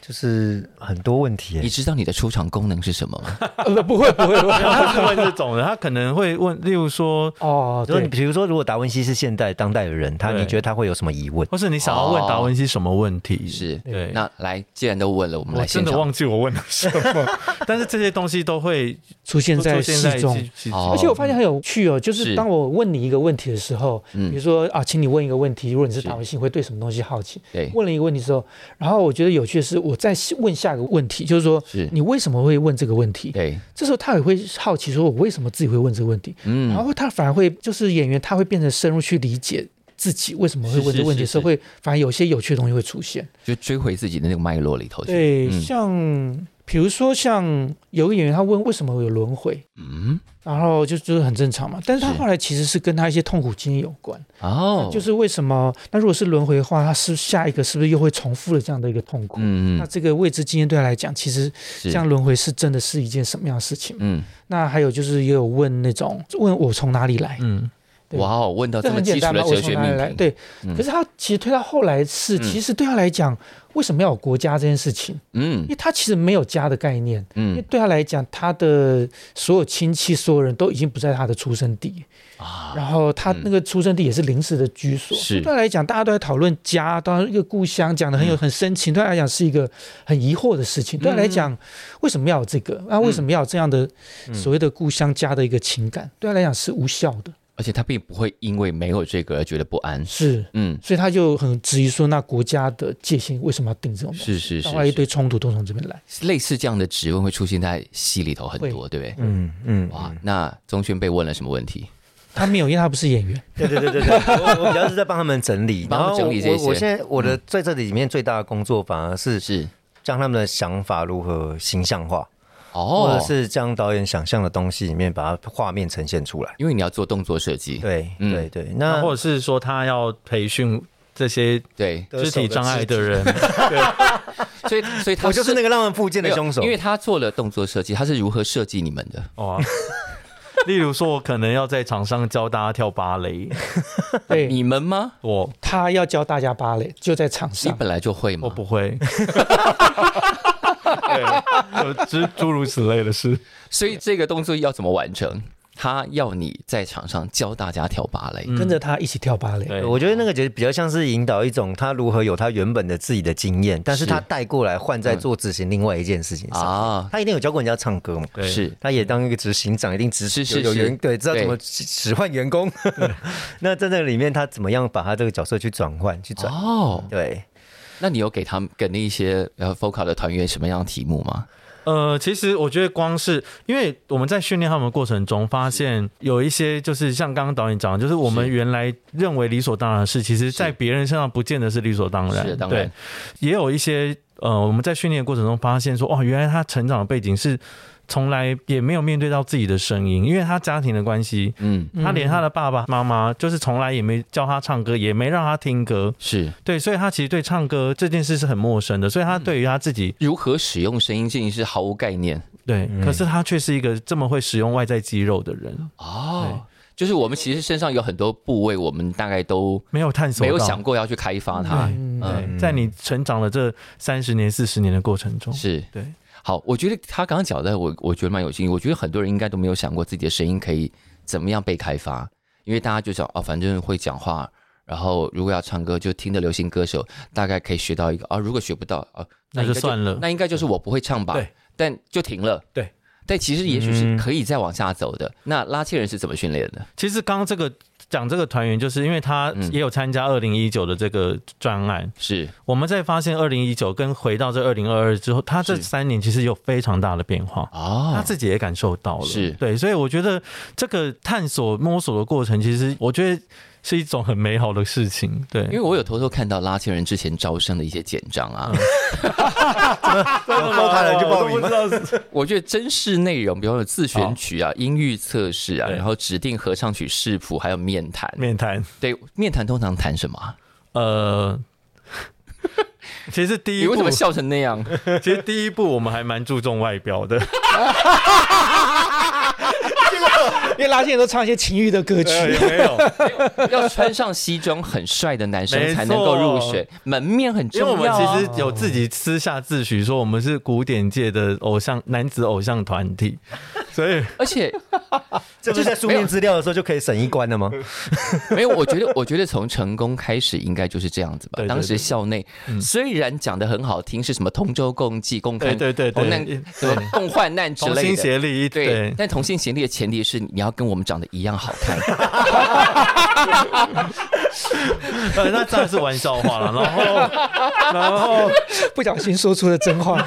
Speaker 4: 就是很多问题耶
Speaker 1: 你。知道你的出场功能是什么
Speaker 2: [LAUGHS]
Speaker 1: 吗？
Speaker 2: 呃，不会不会不会。
Speaker 3: 他是问这种的，他可能会问，例如说，
Speaker 2: [LAUGHS] 哦，
Speaker 4: 就是你
Speaker 2: 对，
Speaker 4: 比如说，如果达文西是现代当代的人，他
Speaker 3: 对
Speaker 4: 你觉得他会有什么疑问？
Speaker 3: 或是你想要问达文西什么问题？
Speaker 1: 哦是，
Speaker 3: 对。
Speaker 1: 那来，既然都问了，我们
Speaker 3: 我
Speaker 1: 来
Speaker 3: 真
Speaker 1: 现
Speaker 3: 的
Speaker 1: 场。
Speaker 3: 忘记我问了什么， [LAUGHS] 但是这些东西都会
Speaker 2: 出现
Speaker 3: 出
Speaker 2: 在
Speaker 3: 现在
Speaker 2: 戏中。
Speaker 3: 戏戏
Speaker 1: 哦
Speaker 2: 而且我发现很有趣哦，就是
Speaker 1: 是
Speaker 2: 当我问你一个问题的时候，
Speaker 1: 嗯
Speaker 2: 比如说啊，请你问一个问题，如果你是
Speaker 1: 是
Speaker 2: 达文西，你会对什么东西好奇？
Speaker 1: 对，
Speaker 2: 问了一个问题之后，然后我觉得有趣的是，我再问下一个问题，就是说
Speaker 1: 是
Speaker 2: 你为什么会问这个问题？
Speaker 1: 对，
Speaker 2: 这时候他也会好奇，说我为什么自己会问这个问题？
Speaker 1: 嗯
Speaker 2: 然，后他反而会就是演员，他会变得深入去理解自己为什么会问这个问题的时
Speaker 1: 是是
Speaker 2: 候，会反而有些有趣的东西会出现。
Speaker 1: 就追回自己的那个脉络里头去。
Speaker 2: 对，
Speaker 1: 嗯
Speaker 2: 像比如说像有个演员，他问为什么有轮回，
Speaker 1: 嗯，
Speaker 2: 然后就就是很正常嘛。但是他
Speaker 1: 是
Speaker 2: 后来其实是跟他一些痛苦经历有关，
Speaker 1: 哦，
Speaker 2: 就是为什么？那如果是轮回的话，他是下一个是不是又会重复了这样的一个痛苦？
Speaker 1: 嗯
Speaker 2: 那
Speaker 1: 嗯，
Speaker 2: 这个未知经验对他来讲，其实
Speaker 1: 是
Speaker 2: 这样轮回是真的是一件什么样的事情？
Speaker 1: 嗯，
Speaker 2: 那还有就是也有问那种问我从哪里来，
Speaker 3: 嗯，
Speaker 2: 对
Speaker 1: 哇哦，问到
Speaker 2: 这
Speaker 1: 这么
Speaker 2: 很简
Speaker 1: 基础
Speaker 2: 单嘛，
Speaker 1: 的
Speaker 2: 我
Speaker 1: 哲
Speaker 2: 从
Speaker 1: 学
Speaker 2: 哪里
Speaker 1: 命
Speaker 2: 来？
Speaker 1: 题，
Speaker 2: 对，
Speaker 1: 嗯
Speaker 2: 可是他其实推到后来是，
Speaker 1: 嗯
Speaker 2: 其实对他来讲，为什么要有国家这件事情？
Speaker 1: 嗯
Speaker 2: 因为他其实没有家的概念，因为
Speaker 1: 嗯
Speaker 2: 对他来讲，他的所有亲戚、所有人都已经不在他的出生地，
Speaker 1: 啊，
Speaker 2: 然后他那个出生地也是临时的居所。
Speaker 1: 是嗯
Speaker 2: 对他来讲，大家都在讨论家，当然一个故乡，讲的很有很深情，对他来讲是一个很疑惑的事情。对他来讲，为什么要有这个？那为
Speaker 1: 嗯
Speaker 2: 什么要有这样的所谓的故乡家的一个情感？对他来讲是无效的，
Speaker 1: 而且他并不会因为没有这个而觉得不安。
Speaker 2: 是。
Speaker 1: 嗯，
Speaker 2: 所以他就很质疑说，那国家的界限为什么要定这种东西？
Speaker 1: 是是
Speaker 2: 然后一
Speaker 1: 是
Speaker 2: 堆冲突都从这边来。
Speaker 1: 是，类似这样的质问会出现在戏里头很多，对不对？
Speaker 4: 嗯嗯，
Speaker 1: 哇，那宗轩被问了什么问题？
Speaker 2: 他没有，因为他不是演
Speaker 1: [LAUGHS]
Speaker 2: 员。
Speaker 4: 对对对对对，我我比较是在帮他们整理，
Speaker 1: 帮他们
Speaker 4: 然后
Speaker 1: 整理这
Speaker 4: 我
Speaker 1: 些
Speaker 4: 我我现在我的在这里面最大的工作反而是
Speaker 1: 是
Speaker 4: 将他们的想法如何形象化。
Speaker 1: 哦，
Speaker 4: 或者是将导演想象的东西里面把它画面呈现出来。
Speaker 1: 因为你要做动作设计，
Speaker 4: 对
Speaker 1: 嗯
Speaker 4: 对对，
Speaker 3: 那
Speaker 4: 那
Speaker 3: 或者是说他要培训这些
Speaker 1: 对，
Speaker 3: 肢体障碍的人，
Speaker 1: 所以所以他
Speaker 4: 我就是
Speaker 1: 个
Speaker 4: 那个让人附件的凶手，
Speaker 1: 因为他做了动作设计，他是如何设计你们的？
Speaker 3: [LAUGHS] 哇。例如说，我可能要在场上教大家跳芭 [LAUGHS] 蕾，
Speaker 2: 对，
Speaker 1: 你们吗？
Speaker 3: 我
Speaker 2: 他要教大家芭蕾，就在场
Speaker 1: 你
Speaker 2: 上。
Speaker 1: 本来就会
Speaker 3: 我
Speaker 1: 吗？
Speaker 3: 不会，嗯 [LAUGHS] 对，就诸诸如此类的事。
Speaker 1: 所以这个动作要怎么完成？他要你在场上教大家跳芭蕾，
Speaker 2: 跟着他一起跳芭蕾，
Speaker 3: 对
Speaker 4: 对，我觉得那个就是比较像是引导一种他如何有他原本的自己的经验，但是
Speaker 1: 是
Speaker 4: 他带过来换在做执行另外一件事情上。
Speaker 1: 啊，
Speaker 4: 他一定有教过人家唱歌嘛？
Speaker 3: 对
Speaker 1: 是
Speaker 4: 他也当一个执行长，一定执
Speaker 1: 是是
Speaker 4: 有有
Speaker 1: 是
Speaker 4: 员对，知道
Speaker 1: 对
Speaker 4: 怎么使使唤员工。 [LAUGHS] 那在这里面，他怎么样把他这个角色去转换、去转？
Speaker 1: 哦。
Speaker 4: 对，
Speaker 1: 那你有给他们给那一些呃 FOCA 的团员什么样的题目吗？
Speaker 3: 呃，其实我觉得光是因为我们在训练他们的过程中，发现有一些就是像刚刚导演讲的，就是我们
Speaker 1: 是
Speaker 3: 原来认为理所当然的事，其实在
Speaker 1: 是
Speaker 3: 别人身上不见得是理所当然。
Speaker 1: 是当
Speaker 3: 对
Speaker 1: 然，
Speaker 3: 也有一些呃，我们在训练的过程中发现说，哦，原来他成长的背景是从来也没有面对到自己的声音，因为他家庭的关系，
Speaker 1: 嗯，
Speaker 3: 他连他的爸爸妈妈就是从来也没教他唱歌，也没让他听歌，
Speaker 1: 是
Speaker 3: 对，所以他其实对唱歌这件事是很陌生的，所以
Speaker 1: 嗯
Speaker 3: 他对于他自己，
Speaker 1: 如何使用声音这件事毫无概念
Speaker 4: 嗯
Speaker 3: 对，可是他却是一个这么会使用外在肌肉的人，
Speaker 1: 哦。就是我们其实身上有很多部位，我们大概都
Speaker 3: 没有探索，
Speaker 1: 没有想。过要去开发它。
Speaker 2: 嗯
Speaker 3: 对，
Speaker 1: 嗯，
Speaker 3: 在你成长的这三十年、四十年的过程中，
Speaker 1: 是
Speaker 3: 对，
Speaker 1: 好，我觉得他刚刚讲的，我我觉得蛮有趣。我觉得很多人应该都没有想过自己的声音可以怎么样被开发，因为大家就想哦，反正会讲话，然后如果要唱歌，就听着流行歌手，大概可以学到一个啊、如果学不到啊，
Speaker 3: 那
Speaker 1: 应
Speaker 3: 就
Speaker 1: 该
Speaker 3: 算了。
Speaker 1: 那应该就是我不会唱吧
Speaker 3: 对，
Speaker 1: 但就停了。
Speaker 3: 对，嗯
Speaker 1: 但其实也许是
Speaker 4: 嗯
Speaker 1: 可以再往下走的。那拉切人是怎么训练的？
Speaker 3: 其实刚刚这个讲这个团员，就是因为他
Speaker 1: 嗯
Speaker 3: 也有参加二零一九的这个专案，
Speaker 1: 是
Speaker 3: 我们在发现二零一九跟回到这二零二二之后，他这
Speaker 1: 是
Speaker 3: 三年其实有非常大的变化。他
Speaker 1: 哦，
Speaker 3: 自己也感受到了，
Speaker 1: 是
Speaker 3: 对，所以我觉得这个探索摸索的过程，其实我觉得是一种很美好的事情，对，
Speaker 1: 因为我有偷偷看到拉切人之前招生的一些简章啊，
Speaker 3: 嗯
Speaker 4: 有报他人就报名吗？
Speaker 1: [LAUGHS] 我觉得甄试内容，比方说自选曲啊、音域测试啊，
Speaker 3: 嗯对
Speaker 1: 然后指定合唱曲视谱，还有面谈。
Speaker 3: 面谈，
Speaker 1: 对，面谈通常谈什么啊？
Speaker 3: 呃， [LAUGHS] 其实第一
Speaker 1: 你
Speaker 3: 步
Speaker 1: 为什么笑成那
Speaker 3: [LAUGHS]
Speaker 1: 样？
Speaker 3: 其实第一步我们还蛮注重外
Speaker 1: [LAUGHS]
Speaker 3: 表的， [LAUGHS]
Speaker 2: 因为拉线都唱一些情欲的歌曲，
Speaker 3: 有
Speaker 1: [LAUGHS]
Speaker 3: 没有？
Speaker 1: 要穿上西装很帅的男生
Speaker 3: 没错
Speaker 1: 才能够入选，门面很
Speaker 3: 因为我
Speaker 1: 重
Speaker 3: 们
Speaker 1: 要啊、
Speaker 3: 其实有自己私下自诩说我们是古典界的偶像男子偶像团
Speaker 1: [LAUGHS]
Speaker 3: 体，所以
Speaker 1: 而且
Speaker 4: 这不是在书面资料的时候就可以审一关了吗？
Speaker 1: [LAUGHS] 没有，我觉得，我觉得从成功开始应该就是这样子吧。
Speaker 3: 对对
Speaker 1: 当时
Speaker 3: 对
Speaker 1: 校内
Speaker 3: 嗯
Speaker 1: 虽然讲的很好听，是什么同舟共济、共
Speaker 3: 对
Speaker 1: 看、
Speaker 3: 对对
Speaker 1: 同难
Speaker 3: 对、
Speaker 1: 什么共患难之
Speaker 3: 同
Speaker 1: 类
Speaker 3: 心
Speaker 1: 的。
Speaker 3: 协力，
Speaker 1: 对
Speaker 3: 对，，
Speaker 1: 但同心协力的前提是你要跟我们长得一样好
Speaker 3: [LAUGHS]
Speaker 1: 看。
Speaker 3: 呃， [LAUGHS] 那当然是玩笑话了。然后，
Speaker 1: [LAUGHS]
Speaker 3: 然后，
Speaker 2: [LAUGHS] 不小心说出了真话。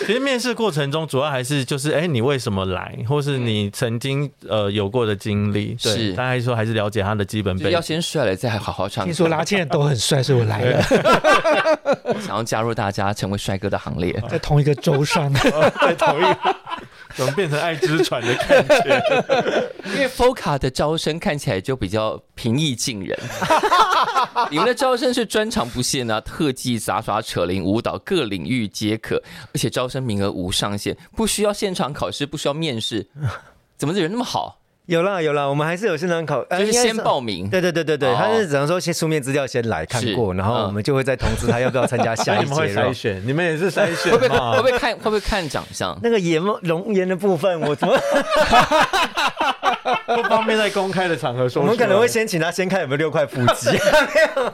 Speaker 3: 其实面试过程中主要还是就是，哎、你为什么来，或是你曾经呃有过的经历，对
Speaker 1: 是
Speaker 3: 大家说还是了解他的基本
Speaker 1: 就是
Speaker 3: 背
Speaker 1: 要
Speaker 3: 景。
Speaker 1: 先帅了，再好好唱歌。
Speaker 2: 听说拉线人都很帅，所以我来了，
Speaker 1: 想要加入大家成为帅哥的行列，
Speaker 2: 在同一个州
Speaker 1: [LAUGHS]
Speaker 2: 上。
Speaker 3: [LAUGHS] 在同一个，怎么变成爱之船的感 [LAUGHS] 觉？啊
Speaker 1: 因为 FOCA 的招生看起来就比较平易近人。 [LAUGHS] 你们的招生是专长不限啊，特技、杂耍、扯铃、舞蹈各领域皆可，而且招生名额无上限，不需要现场考试，不需要面试。怎么这人那么好？
Speaker 4: 有啦有啦，我们还是有现场考，呃
Speaker 1: 就是
Speaker 4: 应该
Speaker 1: 先报名，
Speaker 4: 对对对对对，
Speaker 1: 哦
Speaker 4: 他是只能说先书面资料先来看过，
Speaker 1: 是
Speaker 4: 然后我们就会再通知他要不要参
Speaker 1: [LAUGHS]
Speaker 4: 加
Speaker 3: 所以
Speaker 4: 下
Speaker 3: 你
Speaker 4: 一
Speaker 3: 们会
Speaker 4: 阶段
Speaker 3: 筛。选，你们也是筛选
Speaker 1: 会不会
Speaker 3: 嘛
Speaker 1: 会不？会看会不会看长相？
Speaker 4: 那个颜容颜的部分，我
Speaker 1: [LAUGHS]
Speaker 4: 怎么
Speaker 3: 不方便在公开的场合
Speaker 1: 啊
Speaker 3: 说出
Speaker 4: 我
Speaker 3: 来。
Speaker 4: 们可能会先请他先看有没有六块腹
Speaker 1: [LAUGHS]
Speaker 4: 肌，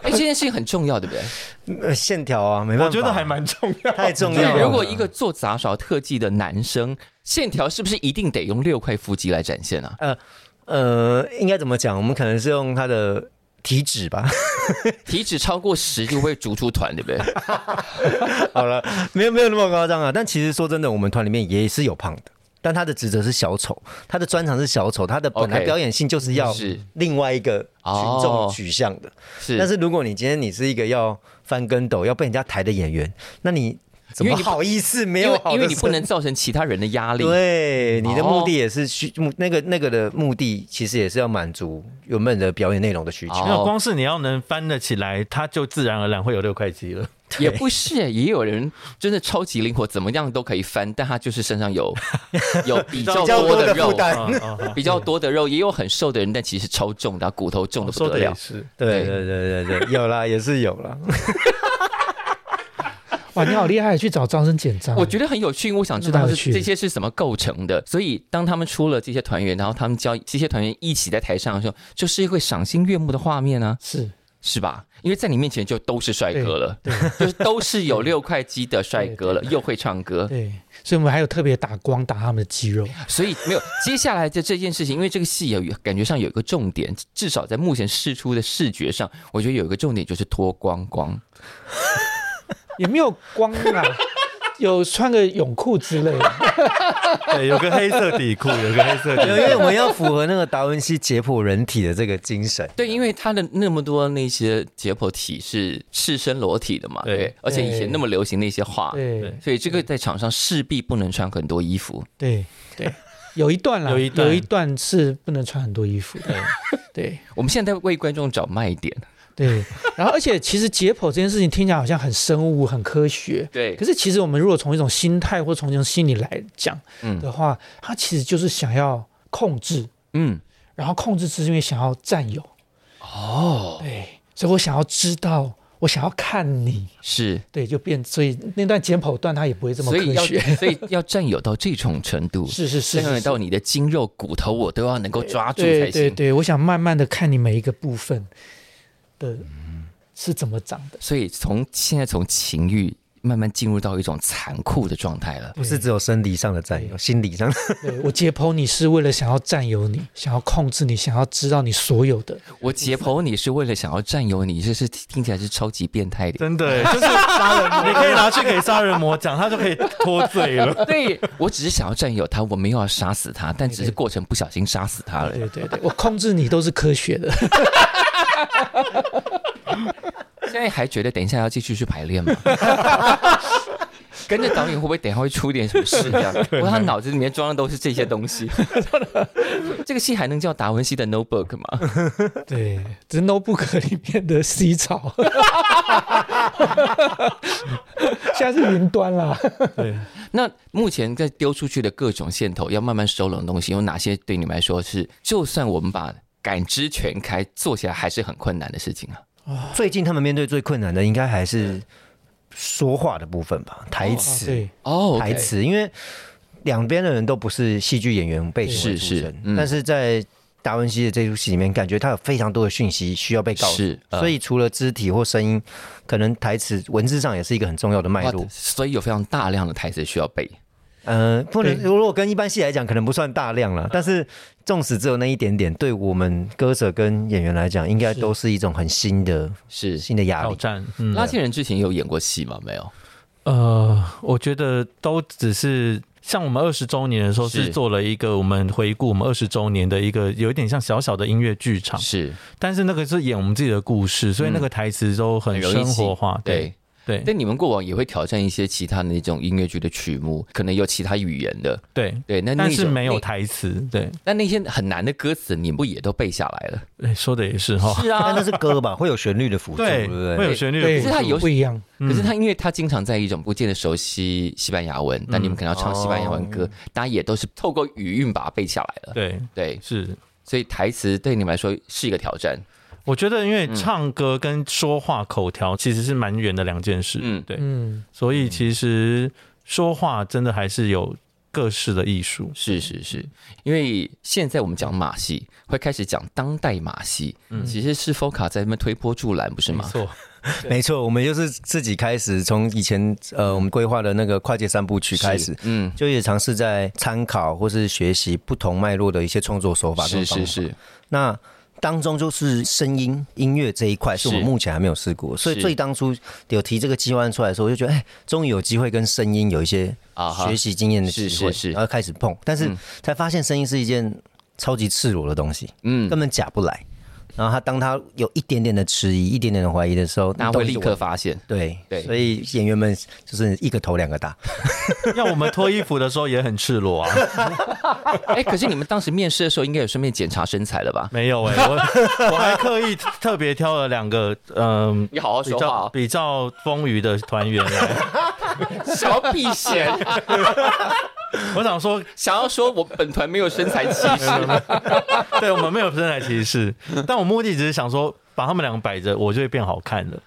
Speaker 1: 哎，这件事情很重要，对不对？
Speaker 4: 呃线条啊，没办法，
Speaker 3: 我觉得还蛮重要的。
Speaker 4: 太重要啊
Speaker 1: 对，[LAUGHS]
Speaker 4: 了。
Speaker 1: 如果一个做杂耍特技的男生，线条是不是一定得用六块腹肌来展现啊？
Speaker 4: 呃，应该怎么讲？我们可能是用他的体脂
Speaker 1: [LAUGHS]
Speaker 4: 吧。
Speaker 1: 体脂超过十就会逐出团，对不对？
Speaker 4: 好了，没有没有那么夸张啊。但其实说真的，我们团里面也是有胖的。但他的职责是小丑，他的专长是小丑，他的本来
Speaker 1: OK
Speaker 4: 表演性就是要
Speaker 1: 是
Speaker 4: 另外一个群
Speaker 1: 哦
Speaker 4: 众取向的。
Speaker 1: 是，
Speaker 4: 但是如果你今天你是一个要翻跟斗、要被人家抬的演员，那你怎么好意思没
Speaker 1: 因
Speaker 4: 有
Speaker 1: 为
Speaker 4: 好的
Speaker 1: 因为你不
Speaker 4: 设
Speaker 1: 能造成其他人的压力。
Speaker 4: 对，你的目
Speaker 1: 哦
Speaker 4: 的也是需目那个那个的目的，其实也是要满足原本的表演内容的需求。
Speaker 1: 哦
Speaker 3: 没有，光是你要能翻得起来，它就自然而然会有六块肌 [LAUGHS] 了。
Speaker 1: 也不是，也有人真的超级灵活，怎么样都可以翻，但他就是身上
Speaker 4: [LAUGHS]
Speaker 1: 有有比较
Speaker 4: 比较
Speaker 1: 多
Speaker 4: 多的
Speaker 1: 肉
Speaker 4: 负，担
Speaker 3: 哦哦哦 [LAUGHS]
Speaker 1: 比较多的肉，也有很瘦的人，但其实超重的，啊骨头重
Speaker 4: 哦
Speaker 1: 的不
Speaker 3: 说
Speaker 1: 得
Speaker 3: 的也
Speaker 1: 了。
Speaker 3: 是，
Speaker 4: 对
Speaker 1: 对
Speaker 4: 对对对 [LAUGHS] 对，有啦，也是有啦。
Speaker 2: 哇，你好厉害，去找张生简章。
Speaker 1: 我觉得很有趣，因为我想知
Speaker 2: 那
Speaker 1: 道
Speaker 2: 蛮有
Speaker 1: 是
Speaker 2: 趣的
Speaker 1: 这些是怎么构成的。所以当他们出了这些团员，然后他们教这些团员一起在台上的时候，就是会赏心悦目的画面啊，
Speaker 2: 是
Speaker 1: 是吧？因为在你面前就都是帅哥了，就是都是有六块肌的帅哥了，又会唱歌，
Speaker 2: 对，所以我们还有特别打光打他们的肌肉。
Speaker 1: 所以没有接下来的这件事情，因为这个戏有感觉上有一个重点，至少在目前试出的视觉上，我觉得有一个重点就是脱光光。
Speaker 2: 也没有光
Speaker 1: [LAUGHS]
Speaker 2: 啦，有穿个泳裤之类的。
Speaker 3: 对，有个黑色底裤，有个黑色 [LAUGHS]
Speaker 4: 因为
Speaker 3: 底
Speaker 4: 我们要符合那个达文西解剖人体的这个精神。
Speaker 1: 对，因为他的那么多那些解剖体是赤身裸体的嘛，
Speaker 3: 对
Speaker 1: 对，而且以前那么流行那些画，
Speaker 2: 对
Speaker 3: 对
Speaker 1: 所以这个在场上势必不能穿很多衣服。
Speaker 2: 对对， [LAUGHS] 有一段啦，
Speaker 3: 有一段
Speaker 2: 段是不能穿很多衣服的。对
Speaker 1: 我们现在在为观众找卖点，
Speaker 2: [LAUGHS] 对，然后而且其实解剖这件事情听起来好像很生物、很科学，
Speaker 1: 对
Speaker 2: 可，是其实我们如果从一种心态或从一种心理来讲
Speaker 1: 嗯
Speaker 2: 的话，它其实就是想要控制，
Speaker 1: 嗯，
Speaker 2: 然后控制是因为想要占有。哦，对，所以我想要知道，我想要看你。
Speaker 1: 是，
Speaker 2: 对，就变，所以那段解剖段它也不会这么
Speaker 1: 所以
Speaker 2: 科
Speaker 1: 要
Speaker 2: 学。
Speaker 1: [LAUGHS] 所以要占有到这种程度，
Speaker 2: 是是是
Speaker 1: 占有
Speaker 2: 是，
Speaker 1: 到你的筋肉骨头，我都要能够抓住才
Speaker 2: 对对
Speaker 1: 行。
Speaker 2: 对，我想慢慢的看你每一个部分的是怎么长的。
Speaker 1: 所以从现在从情欲慢慢进入到一种残酷的状态了。
Speaker 4: 不是只有生理上的占有，心理上的
Speaker 2: 对我解剖你是为了想要占有你，想要控制你，想要知道你所有的。
Speaker 1: 我解剖你是为了想要占有你，这是听起来是超级变态的。
Speaker 3: 真 [LAUGHS] 的就是杀人 [LAUGHS] 魔，你可以拿去给杀人魔讲，他就可以脱罪了。
Speaker 1: 对我只是想要占有他，我没有要杀死他，但只是过程不小心杀死他了。
Speaker 2: 对对对，我控制你都是科学的。
Speaker 1: 现在还觉得等一下要继续去排练吗？跟着导演会不会等一下会出点什么事这样？我他脑子里面装的都是这些东西。这个戏还能叫达文西的 Notebook 吗？
Speaker 2: [LAUGHS] 对，只是 notebook 里面的 C 槽， [LAUGHS] 现在是云端啦。
Speaker 3: 对，
Speaker 1: 那目前在丢出去的各种线头，要慢慢收拢的东西，有哪些对你们来说是，就算我们把感知全开，做起来还是很困难的事情啊？
Speaker 4: 最近他们面对最困难的，应该还是说话的部分吧，台词，
Speaker 2: 对，
Speaker 1: 哦，
Speaker 4: 台，词，因为两边的人都不是戏剧演员背景
Speaker 1: 是
Speaker 4: 出
Speaker 1: 是
Speaker 4: 身
Speaker 1: 嗯，
Speaker 4: 但是在达文西的这出戏里面，感觉他有非常多的讯息需要被告知
Speaker 1: 是，呃
Speaker 4: 所以除了肢体或声音，可能台词文字上也是一个很重要的脉
Speaker 1: 哇
Speaker 4: 络。
Speaker 1: 所以有非常大量的台词需要背。
Speaker 4: 呃，不能，
Speaker 2: 对
Speaker 4: 如果跟一般戏来讲，可能不算大量了，但是纵使只有那一点点，对我们歌手跟演员来讲，应该都是一种很新的、
Speaker 1: 是
Speaker 4: 新的压
Speaker 3: 挑
Speaker 4: 力。
Speaker 3: 战，嗯，
Speaker 1: 拉丁人之前有演过戏吗？没有，
Speaker 3: 呃，我觉得都只是像我们二十周年的时候，
Speaker 1: 是
Speaker 3: 是做了一个我们回顾我们二十周年的一个有一点像小小的音乐剧场，
Speaker 1: 是嗯
Speaker 3: 但是那个是演我们自己的故事，所以那个台词都很
Speaker 1: 很容易
Speaker 3: 生
Speaker 1: 记
Speaker 3: 活化。
Speaker 1: 对。
Speaker 3: 对对
Speaker 1: 但你们过往也会挑战一些其他的那种音乐剧的曲目，可能有其他语言的，
Speaker 3: 对，
Speaker 1: 对，那
Speaker 3: 但
Speaker 1: 那
Speaker 3: 是
Speaker 1: 种
Speaker 3: 没有
Speaker 1: 那
Speaker 3: 台词。对，
Speaker 1: 那那些很难的歌词，你们不也都背下来了？
Speaker 3: 哎说的也是哈。
Speaker 1: 是
Speaker 4: 但
Speaker 1: 啊
Speaker 4: 那，是歌吧，会有旋律的辅助，对
Speaker 3: 对，
Speaker 4: 不
Speaker 3: 会
Speaker 4: 对？
Speaker 3: 有旋律
Speaker 2: 对
Speaker 3: 的
Speaker 1: 可是它有
Speaker 2: 不一样。
Speaker 1: 可是他因为他经常在一种不见得熟悉西班牙文，但你们可能要唱西班牙文歌，大家也都是透过语韵把它背下来了。
Speaker 3: 对
Speaker 1: 对，
Speaker 3: 是
Speaker 1: 所以台词对你们来说是一个挑战。
Speaker 3: 我觉得，因
Speaker 1: 嗯
Speaker 3: 为唱歌跟说话口条其实是蛮远的两件事，
Speaker 1: 嗯
Speaker 3: 嗯，对，
Speaker 2: 嗯，
Speaker 3: 所以其实说话真的还是有各式的艺术，
Speaker 1: 是是是，因为现在我们讲马戏，会开始讲当代马戏，其实是 Foca 在那边推波助澜，不是吗？
Speaker 3: 错，
Speaker 4: 没错，我们就是自己开始，从以前呃我们规划的那个跨界三部曲开始
Speaker 1: 是，嗯，
Speaker 4: 就也尝试在参考或是学习不同脉络的一些创作手法
Speaker 1: 是
Speaker 4: 跟方法。
Speaker 1: 是是，
Speaker 4: 那当中就是声音音乐这一块是我们
Speaker 1: 是
Speaker 4: 目前还没有试过，所以
Speaker 1: 是
Speaker 4: 最当初有提这个计划案出来的时候，我就觉得哎，终于有机会跟声音有一些
Speaker 1: 啊哈
Speaker 4: 学习经验的机会，
Speaker 1: 是是是嗯
Speaker 4: 然后开始碰，但是才发现声音是一件超级赤裸的东西，
Speaker 1: 嗯
Speaker 4: 根本假不来。然后他当他有一点点的迟疑、一点点的怀疑的时候，
Speaker 1: 大家
Speaker 4: 东
Speaker 1: 会
Speaker 4: 西
Speaker 1: 立
Speaker 4: 就
Speaker 1: 刻
Speaker 4: 完。
Speaker 1: 发现。
Speaker 4: 对
Speaker 1: 对
Speaker 4: 所以演员们就是一个头两个 [LAUGHS] 大，
Speaker 3: [LAUGHS] 要我们脱衣服的时候也很赤裸啊，
Speaker 1: 哎，可是你们当时面试的时候，应该有顺便检查身材了吧？
Speaker 3: 没有哎、我我还刻意特别挑了两个嗯、
Speaker 1: 你好好
Speaker 3: 比
Speaker 1: 说话 [LAUGHS]
Speaker 3: 较
Speaker 1: 哦，
Speaker 3: 比较丰腴的团员
Speaker 1: [LAUGHS]
Speaker 3: 来，
Speaker 1: 想要避嫌，
Speaker 3: 我想说，
Speaker 1: 想要说我本团没有身材歧视。 [LAUGHS]
Speaker 3: 对我们没有身材歧视，但我目的只是想说，把他们两个摆着，我就会变好看了。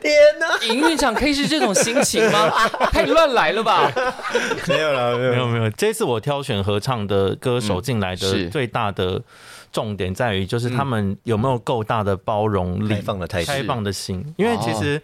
Speaker 4: 天哪！
Speaker 1: 营运长可以是这种心情吗？
Speaker 3: [LAUGHS]
Speaker 1: 太乱来了吧！
Speaker 4: 没有了，没
Speaker 3: 没有没有，这次我挑选合唱的歌手进来
Speaker 1: 嗯是嗯
Speaker 3: 的最大的重点在于，就是他们有没有够大的包容力、
Speaker 4: 开放的态度
Speaker 3: 开放的心。因为其实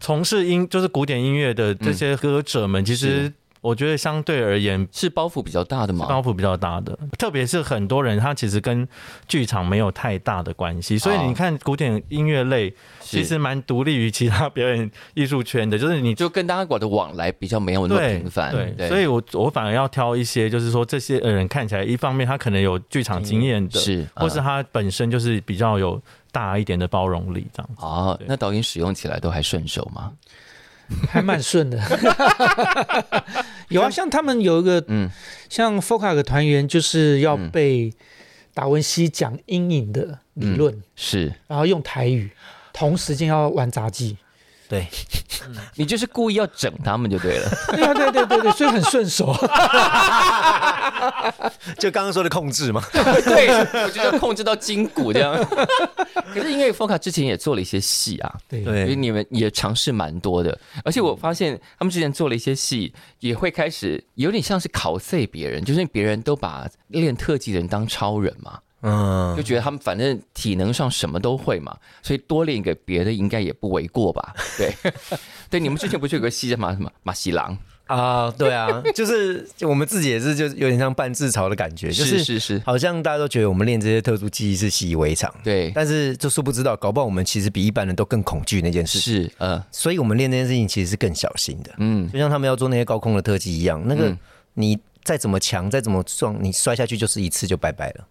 Speaker 3: 从事音就是古典音乐的这些歌者们，其实我觉得相对而言
Speaker 1: 是包袱比较大的
Speaker 3: 包
Speaker 1: 嘛？
Speaker 3: 袱比较大的，特别是很多人他其实跟剧场没有太大的关系，所以你看古典音乐类其实蛮独立于其他表演艺术圈的，就是你
Speaker 1: 就跟大家的往来比较没有那么
Speaker 3: 对
Speaker 1: 频繁，
Speaker 3: 对，所以我我反而要挑一些，就是说这些人看起来，一方面他可能有剧场经验的，
Speaker 1: 是
Speaker 3: 或是他本身就是比较有大一点的包容力这样。
Speaker 1: 哦，那导演使用起来都还顺手吗？
Speaker 2: 还蛮顺 [LAUGHS] 的。有啊，像他们有一个，
Speaker 1: 嗯
Speaker 2: 像 FOCA 的团员就是要被达文西讲阴影的理论，
Speaker 1: 是
Speaker 2: 然后用台语，同时间要玩杂技。
Speaker 4: 对，
Speaker 1: 你就是故意要整他们就 [LAUGHS] 对了。
Speaker 2: 对啊，对对对对，所以很顺 [LAUGHS] 手。
Speaker 4: [LAUGHS] 就刚刚说的控制嘛，
Speaker 1: 对，我就要控制到筋骨这样。 [LAUGHS] 可是因为 Foca 之前也做了一些戏啊，
Speaker 2: 对
Speaker 1: 所以
Speaker 4: [LAUGHS] 对，
Speaker 1: 你们也尝试蛮多的。而且我发现他们之前做了一些戏，也会开始有点像是拷贝别人，就是别人都把练特技的人当超人嘛。
Speaker 4: 嗯
Speaker 1: 就，觉得他们反正体能上什么都会嘛，所以多练一个别的应该也不为过吧？对， [LAUGHS] 对，你们之前不是有个戏叫嘛什么马西郎？
Speaker 4: 啊，对啊，就是我们自己也是，就是有点像半自嘲的感觉，就是
Speaker 1: 是是，
Speaker 4: 好像大家都觉得我们练这些特殊技艺是习以为常，
Speaker 1: 对，
Speaker 4: 但是就殊不知道，搞不好我们其实比一般人都更恐惧那件事，
Speaker 1: 是呃
Speaker 4: 所以我们练这件事情其实是更小心的。
Speaker 1: 嗯，
Speaker 4: 就像他们要做那些高空的特技一样，那个
Speaker 1: 嗯
Speaker 4: 你再怎么强，再怎么撞，你摔下去就是一次就拜拜了。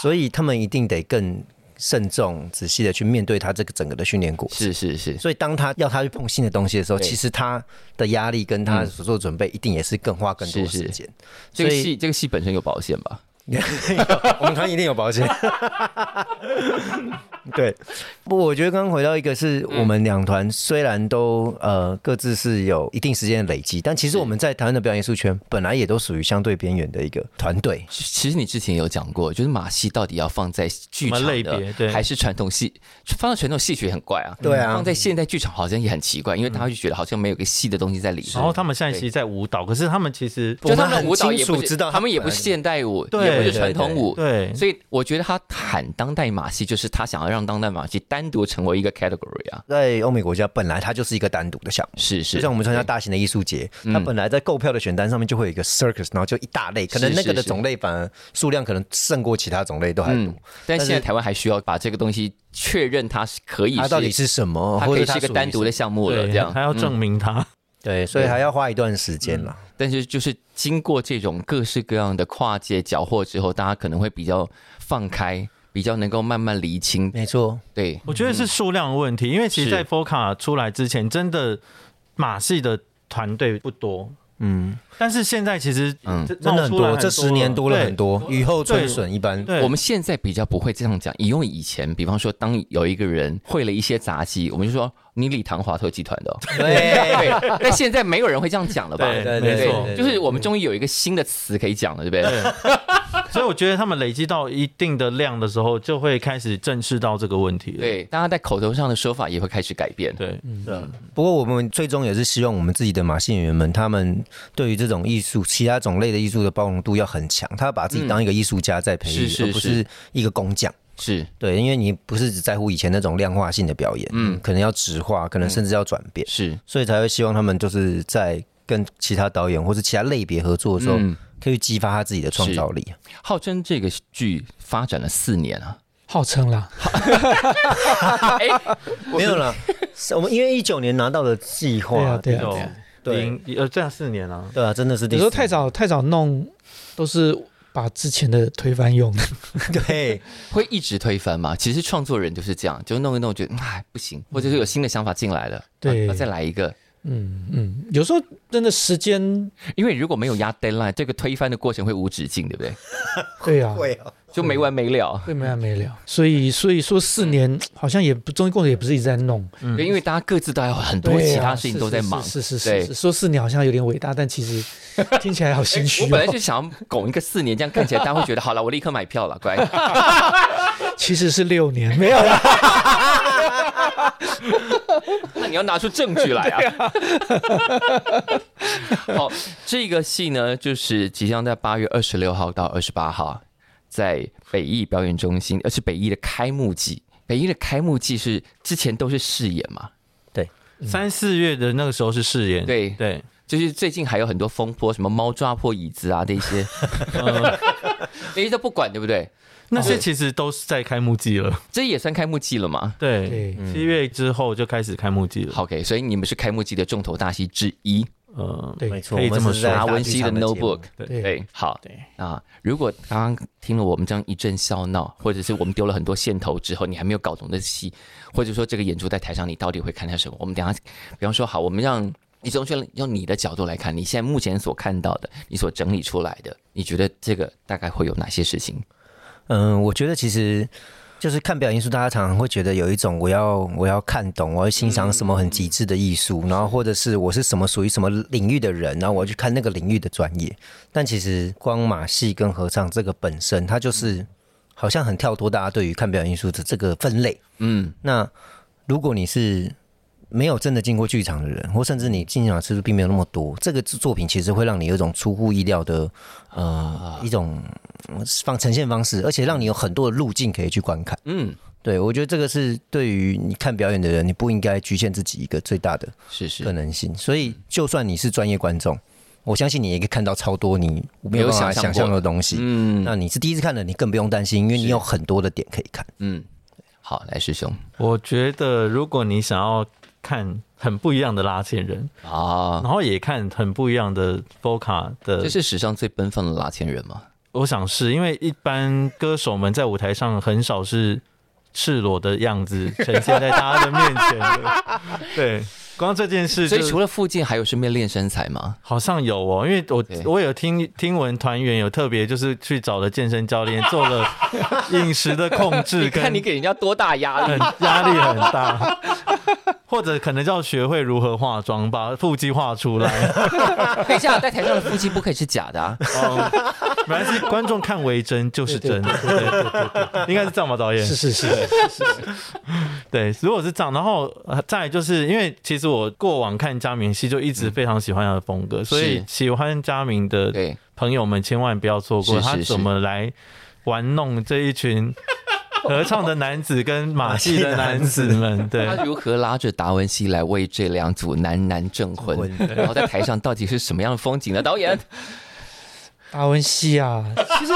Speaker 4: 所以他们一定得更慎重、仔细的去面对他这个整个的训练过程。
Speaker 1: 是是是，
Speaker 4: 所以当他要他去碰新的东西的时候，
Speaker 1: 对
Speaker 4: 其实他的压力跟他所做的准备一定也是更花更多的
Speaker 1: 是是
Speaker 4: 时间。
Speaker 1: 这个
Speaker 4: 所以
Speaker 1: 戏这个戏本身有保险吧？
Speaker 4: [LAUGHS] 我们团一定有保险。对，不，我觉得刚刚回到一个是
Speaker 1: 嗯
Speaker 4: 我们两团虽然都呃各自是有一定时间的累积，但其实我们在台湾的表演艺术圈本来也都属于相对边缘的一个团队。
Speaker 1: 其其实你之前有讲过，就是马戏到底要放在剧场
Speaker 3: 什么类
Speaker 1: 的
Speaker 3: 别，对
Speaker 1: 还是传统戏？放在传统戏曲很怪啊，
Speaker 4: 对啊
Speaker 1: 放在现代剧场好像也很奇怪，因为大家就觉得好像没有个戏的东西在里
Speaker 3: 嗯然后
Speaker 1: 头。
Speaker 3: 他们现在其实在舞蹈，可是他们其实
Speaker 1: 就他们的舞蹈
Speaker 4: 我们很
Speaker 1: 也
Speaker 4: 清楚
Speaker 1: 不是
Speaker 4: 知道
Speaker 1: 他们也不是现代舞，
Speaker 3: 对
Speaker 1: 也不是传统舞，
Speaker 3: 对
Speaker 1: 所以我觉得他喊当代马戏，就是他想要让当代马戏单独成为一个 category 啊。
Speaker 4: 在欧美国家，本来它就是一个单独的项目。
Speaker 1: 是，
Speaker 4: 就是
Speaker 1: 嗯
Speaker 4: 像我们参加大型的艺术节，它本来在购票的选单上面就会有一个 circus，然后就一大类，可能
Speaker 1: 是
Speaker 4: 那个的
Speaker 1: 是
Speaker 4: 种类反而数量可能胜过其他种类都还多
Speaker 1: 嗯。，但
Speaker 4: 但是
Speaker 1: 现在台湾还需要把这个东西确认它是可以
Speaker 4: 它
Speaker 1: 是，
Speaker 4: 到底是什么，
Speaker 1: 它
Speaker 4: 或
Speaker 1: 可
Speaker 4: 者
Speaker 1: 以
Speaker 4: 它
Speaker 1: 是一个
Speaker 4: 属于
Speaker 1: 单独的项目了，
Speaker 3: 对
Speaker 1: 这样
Speaker 3: 还要
Speaker 1: 嗯
Speaker 3: 证明他。
Speaker 4: 对，所以还要花一段时间啦。
Speaker 1: 但是就是经过这种各式各样的跨界缴获之后，大家可能会比较放开，比较能够慢慢厘清。
Speaker 4: 没错，
Speaker 1: 对，
Speaker 3: 我觉
Speaker 4: 嗯
Speaker 3: 得是数量问题，因为其实，
Speaker 1: 是
Speaker 3: 在 Foca 出来之前，真的马戏的团队不多，
Speaker 4: 嗯。
Speaker 3: 但是现在其实
Speaker 1: 嗯
Speaker 3: 这
Speaker 4: 真的很
Speaker 3: 冒出来
Speaker 4: 多，这十年多了很。多，雨后春笋一般
Speaker 3: 对。对，
Speaker 1: 我们现在比较不会这样讲，因为以前，比方说，当有一个人会了一些杂技，我们就说你李唐华特集团的、哦，
Speaker 4: [LAUGHS] 对，
Speaker 1: 对。但现在没有人会这样讲了吧？
Speaker 3: 对
Speaker 4: 对
Speaker 3: 没
Speaker 4: 对
Speaker 3: 错
Speaker 4: 对，
Speaker 1: 就是我们终于有一个新的词可以讲了，对不对？
Speaker 3: 所以我觉得他们累积到一定的量的时候，就会开始正视到这个问题了。
Speaker 1: 对，大家在口头上的说法也会开始改变。
Speaker 3: 对，
Speaker 2: 嗯
Speaker 3: 啊
Speaker 4: 不过我们最终也是希望我们自己的马戏演员们，他们对于这种艺术、其他种类的艺术的包容度要很强，他把自己当一个艺术家在培
Speaker 1: 是，
Speaker 4: 育
Speaker 1: 是
Speaker 4: 而不
Speaker 1: 是
Speaker 4: 是一个工匠。
Speaker 1: 是，
Speaker 4: 对，因为你不是只在乎以前那种量化性的表演，嗯，可能要直化，可能甚至要转变，
Speaker 1: 是，
Speaker 4: 所以才会希望他们就是在跟其他导演或是其他类别合作的时候，
Speaker 1: 嗯
Speaker 4: 可以激发他自己的创造力。
Speaker 1: 号称这个剧发展了四年啊，
Speaker 2: 号称啦，
Speaker 1: 哎，
Speaker 4: 没有啦，是我们因为一九年拿到的计
Speaker 2: 对
Speaker 4: 划
Speaker 2: 啊，对啊，
Speaker 3: 就
Speaker 4: 对
Speaker 3: 零呃这样四年了。
Speaker 4: 对啊，真的是第
Speaker 2: 有时候
Speaker 4: 四
Speaker 2: 太早太早弄都是把之前的推翻用。
Speaker 4: [LAUGHS] 对，
Speaker 1: 会一直推翻吗？其实创作人就是这样，就弄一弄，觉得哎不行，或者是有新的想法进来了，
Speaker 2: 嗯对
Speaker 1: 啊再来一个。
Speaker 2: 嗯嗯，有时候真的时间，
Speaker 1: 因为如果没有压 deadline，这个推翻的过程会无止境，对不对？
Speaker 2: 对啊，
Speaker 4: 会哦，
Speaker 1: 就没完没了。
Speaker 2: 会没完没了。所以所以说四年好像也不，中共也不是一直在弄，
Speaker 1: 对，因为大家各自都还有很多
Speaker 2: 嗯对
Speaker 1: 其
Speaker 2: 啊
Speaker 1: 他事情都在忙。
Speaker 2: 是是是是
Speaker 1: 对
Speaker 2: 是是说四年好像有点伟大，但其实
Speaker 1: [LAUGHS]
Speaker 2: 听起来好心虚、
Speaker 1: 我本来
Speaker 2: 哦。
Speaker 1: 就想要拱一个四年，这样看起来大家会觉得好了，我立刻买票了，乖。
Speaker 2: 其实是六年，没有
Speaker 1: [LAUGHS]
Speaker 2: 啦。
Speaker 1: 那你要拿出证据来啊！ [LAUGHS] 好，这个戏呢，就是即将在八月二十六号到二十八号，在北艺表演中心，而是北艺的开幕季。北艺的开幕季是之前都是试演嘛？
Speaker 2: 嗯
Speaker 3: 三四月的那个时候是试演，
Speaker 1: 对
Speaker 3: 对，
Speaker 1: 就是最近还有很多风波，什么猫抓破椅子啊，这些， [LAUGHS] 这些都不管，对不对？
Speaker 3: 那些其实都是在开幕季了，
Speaker 1: 这也算开幕季了嘛
Speaker 3: 对
Speaker 2: 对，
Speaker 4: 嗯
Speaker 3: 七月之后就开始开幕季了，
Speaker 1: ？OK，所以你们是开幕季的重头大戏之一，
Speaker 3: 嗯，
Speaker 2: 对
Speaker 4: 没错，
Speaker 3: 可以
Speaker 4: 我们
Speaker 3: 这么
Speaker 4: 是
Speaker 3: 说
Speaker 4: 在
Speaker 1: 达
Speaker 4: 大
Speaker 1: 文
Speaker 4: 剧
Speaker 1: 西的
Speaker 4: 场节目
Speaker 1: Notebook。
Speaker 2: 对
Speaker 1: 对，哎好，
Speaker 2: 对
Speaker 1: 啊，如果刚刚听了我们这样一阵笑闹，或者是我们丢了很多线头之后，你还没有搞懂的戏，或者说这个演出在台上你到底会看到什么？我们等一下，比方说好，我们让李宗轩用你的角度来看，你现在目前所看到的，你所整理出来的，你觉得这个大概会有哪些事情？
Speaker 4: 嗯，我觉得其实就是看表演艺术，大家常常会觉得有一种我要我要看懂，我要欣赏什么很极致的艺术，
Speaker 3: 嗯
Speaker 4: 然后或者是我是什么属于什么领域的人，然后我要去看那个领域的专业。但其实光马戏跟合唱这个本身，它就是好像很跳脱大家对于看表演艺术的这个分类。
Speaker 1: 嗯，
Speaker 4: 那如果你是没有真的进过剧场的人，或甚至你进场的次数并没有那么多，这个作品其实会让你有一种出乎意料的
Speaker 1: 啊
Speaker 4: 呃一种嗯方呈现方式，而且让你有很多的路径可以去观看。
Speaker 1: 嗯，
Speaker 4: 对我觉得这个是对于你看表演的人，你不应该局限自己一个最大的
Speaker 1: 是是
Speaker 4: 可，能性。所以，就算你是专业观众，我相信你也可以看到超多你没有办法
Speaker 1: 没有想象过
Speaker 4: 想象的东西。
Speaker 1: 嗯
Speaker 4: 那你是第一次看的，你更不用担心，因为你有很多的点可以看。
Speaker 1: 嗯，好，来师兄
Speaker 3: 我觉得如果你想要看很不一样的拉线人，
Speaker 1: 啊，
Speaker 3: 然后也看很不一样的 Foca 的
Speaker 1: 这是史上最奔放的拉纤人吗？
Speaker 3: 我想是因为一般歌手们在舞台上很少是赤裸的样子呈现在大家的面
Speaker 1: [LAUGHS]
Speaker 3: 前的，对，光这件事
Speaker 1: 所
Speaker 3: 就
Speaker 1: 以除了附近，还有顺便练身材吗？
Speaker 3: 好像有哦，因为我
Speaker 1: 对
Speaker 3: 我有听听闻团员有特别就是去找了健身教练做
Speaker 1: [LAUGHS]
Speaker 3: 了饮食的控制跟
Speaker 1: 看你给人家多大压力
Speaker 3: 很压力很大，或者可能要学会如何化妆，把腹肌画出来。
Speaker 1: 等一下，在台上的腹肌不可以是假的啊！
Speaker 2: [LAUGHS]
Speaker 3: 哦，没关系，观众看为真就是真，对对对对应该是这样吧，导演
Speaker 2: 是 [LAUGHS] 是是，
Speaker 3: 对，如果是这样，然后呃再来就是因为其实我过往看佳明戏就一直非常喜欢他的风格，所以
Speaker 1: 是
Speaker 3: 喜欢佳明的
Speaker 1: 对，
Speaker 3: 朋友们千万不要错
Speaker 1: 是
Speaker 3: 过
Speaker 1: 是
Speaker 3: 他怎么来玩弄这一群合唱的男子跟马戏的男子们。对，
Speaker 1: 他如何拉着达文西来为这两组男男证婚 [LAUGHS]
Speaker 4: 证，
Speaker 1: 然后在台上到底是什么样的风景呢？导
Speaker 2: [LAUGHS]
Speaker 1: 演，
Speaker 2: 达文西啊，其实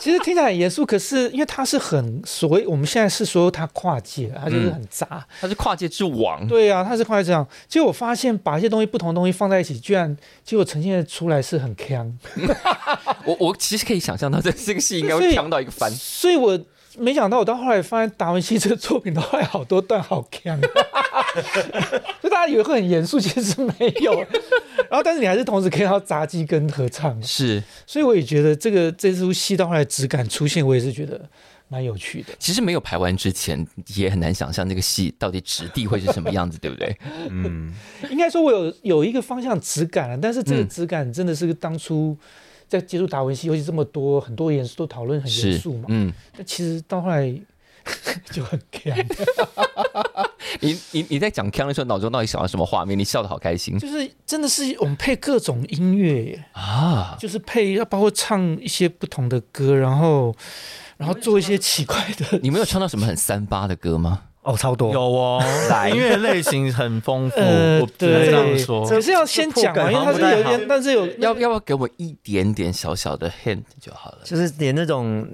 Speaker 2: 其实听起来很严肃，可是因为他是很所谓我们现在是说他跨界，他就是很杂。
Speaker 1: 他是跨界之王，
Speaker 2: 对啊，他是跨界这样。结果我发现把一些东西不同的东西放在一起，居然结果呈现出来是很强，
Speaker 1: 我我其实可以想象到这这个戏应该
Speaker 2: 所
Speaker 1: 会
Speaker 2: 以
Speaker 1: 强到一个翻。
Speaker 2: 所以我。没想到，我到后来发现达文西这个作品到后来好多段好强， [LAUGHS] 就大家以为会很严肃，其实没有。
Speaker 1: [LAUGHS]
Speaker 2: 然后，但是你还是同时可以看到杂技跟合唱，
Speaker 1: 是，
Speaker 2: 所以我也觉得这个这出戏到后来质感出现，我也是觉得蛮有趣的。
Speaker 1: 其实没有排完之前也很难想象这个戏到底质地会是什么样子，对
Speaker 2: [LAUGHS]
Speaker 1: 不对？
Speaker 2: 应该说我有有一个方向质感了，但是这个
Speaker 1: 嗯
Speaker 2: 质感真的是当初在接触达文西，尤其这么多很多严肃都讨论很严
Speaker 1: 是
Speaker 2: 肃，嘛，
Speaker 1: 嗯，
Speaker 2: 但其实到后来 [LAUGHS] 就很 c
Speaker 1: 你你你在讲腔的时候，脑中到底想到什么画面？你笑得好开心
Speaker 2: 就是真的是我们配各种音乐耶，
Speaker 1: 啊！
Speaker 2: 就是配要包括唱一些不同的歌，然后然后做一些奇怪的，
Speaker 1: 你没有唱到什么很三八的歌吗？
Speaker 4: 哦，超多
Speaker 3: 有哦，音乐类型很丰富，
Speaker 2: [LAUGHS] [LAUGHS] 呃
Speaker 3: 我只能这样说。
Speaker 2: 可是要先讲嘛，因为它是有点，但是有
Speaker 1: 要要不要给我一点点小小的 hint 就好了？
Speaker 4: 就是连那种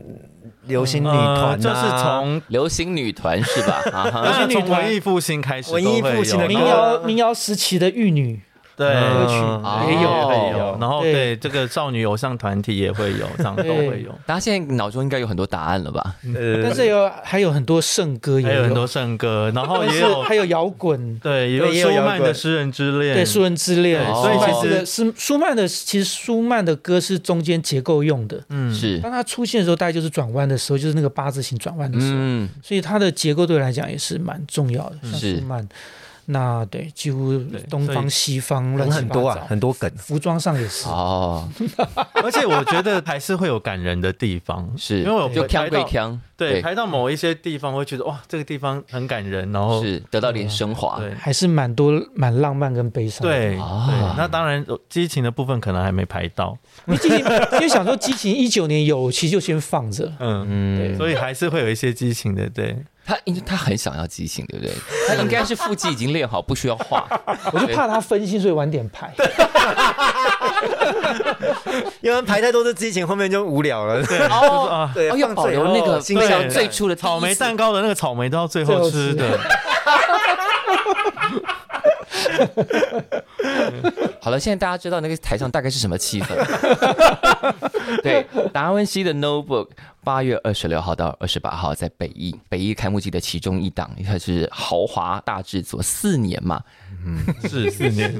Speaker 4: 流行女团、啊
Speaker 3: 呃，就是从
Speaker 1: 流行女团是吧？啊哈。
Speaker 3: 当
Speaker 2: 流行
Speaker 3: 然
Speaker 2: 女
Speaker 3: 从
Speaker 2: 团
Speaker 3: 文艺复兴开始都会有，
Speaker 4: 文艺复兴的
Speaker 2: 民
Speaker 4: 歌
Speaker 2: 谣民谣时期的玉女，
Speaker 3: 对
Speaker 2: 歌曲
Speaker 3: 嗯
Speaker 2: 也有
Speaker 3: 会有，然后
Speaker 2: 对
Speaker 3: 对这个少女偶像团体也会有，这样都
Speaker 2: 对
Speaker 3: 会有，
Speaker 1: 大家现在脑中应该有很多答案了吧？
Speaker 4: 嗯
Speaker 2: 但
Speaker 4: 呃
Speaker 3: 但
Speaker 2: 是有还有很多圣歌也
Speaker 3: 还有很多圣歌，然后
Speaker 2: 但
Speaker 3: 也
Speaker 2: 是 [LAUGHS]
Speaker 3: 有
Speaker 2: 还有摇滚，
Speaker 3: 对也有
Speaker 4: 对也有
Speaker 3: 舒曼
Speaker 4: 摇滚
Speaker 3: 的《诗人之恋》，
Speaker 2: 对，舒人之恋，
Speaker 3: 哦
Speaker 1: 对所
Speaker 2: 舒
Speaker 1: 以
Speaker 2: 曼
Speaker 1: 其
Speaker 3: 实
Speaker 2: 的是舒曼的，其实舒曼的歌是中间结构用的。
Speaker 3: 嗯
Speaker 1: 是，
Speaker 2: 当它出现的时候，大概就是转弯的时候，就是那个八字形转弯的时候，
Speaker 1: 嗯，
Speaker 2: 所以它的结构对我来讲也是蛮重要的。像
Speaker 1: 是
Speaker 2: 舒曼，那对几乎
Speaker 3: 对
Speaker 2: 东
Speaker 3: 所以
Speaker 2: 方西方乱
Speaker 4: 人
Speaker 2: 七
Speaker 4: 很
Speaker 2: 八
Speaker 4: 多
Speaker 2: 糟
Speaker 4: 啊，很多梗。
Speaker 2: 服装上也是。
Speaker 1: 哦，
Speaker 3: 而且我觉得还是会有感人的地方，
Speaker 1: 是，
Speaker 3: 因为我
Speaker 1: 就
Speaker 3: 们
Speaker 1: 腔
Speaker 3: 拍
Speaker 1: 归
Speaker 3: 到
Speaker 1: 腔，
Speaker 3: 对拍到某一些地方会觉得哇，这个地方很感人，然后
Speaker 1: 是得到点升华，
Speaker 3: 对
Speaker 2: 还是蛮多蛮浪漫跟悲伤的。
Speaker 3: 对对
Speaker 1: 啊，
Speaker 3: 那当然激情的部分可能还没拍到，
Speaker 2: 因为激情， [LAUGHS] 因为想说激情一九年有，其实就先放着了。
Speaker 3: 嗯，
Speaker 4: 嗯
Speaker 2: 对，
Speaker 3: 所以还是会有一些激情的，对，
Speaker 1: 他因为他很想要激情，对不对？他应该是腹肌已经练好，不需要
Speaker 3: [LAUGHS]
Speaker 1: 画。
Speaker 2: 我就怕他分心，所以晚点拍。
Speaker 4: 因为排太多的激情，后面就无聊了。对，
Speaker 3: 就是啊，
Speaker 4: 对
Speaker 1: 哦，要保留那个
Speaker 4: 新
Speaker 1: 对
Speaker 4: 鲜感
Speaker 1: 最初的第一
Speaker 3: 草莓
Speaker 1: 次
Speaker 3: 蛋糕的那个草莓都要最后吃
Speaker 2: 最
Speaker 3: 的，
Speaker 1: 好了，现在大家知道那个台上大概是什么气 [LAUGHS] 氛。对，达文西的《Notebook》八月二十六号到二十八号在北艺，北艺开幕季的其中一档，它是豪华大制作，四年嘛，
Speaker 3: 是四年，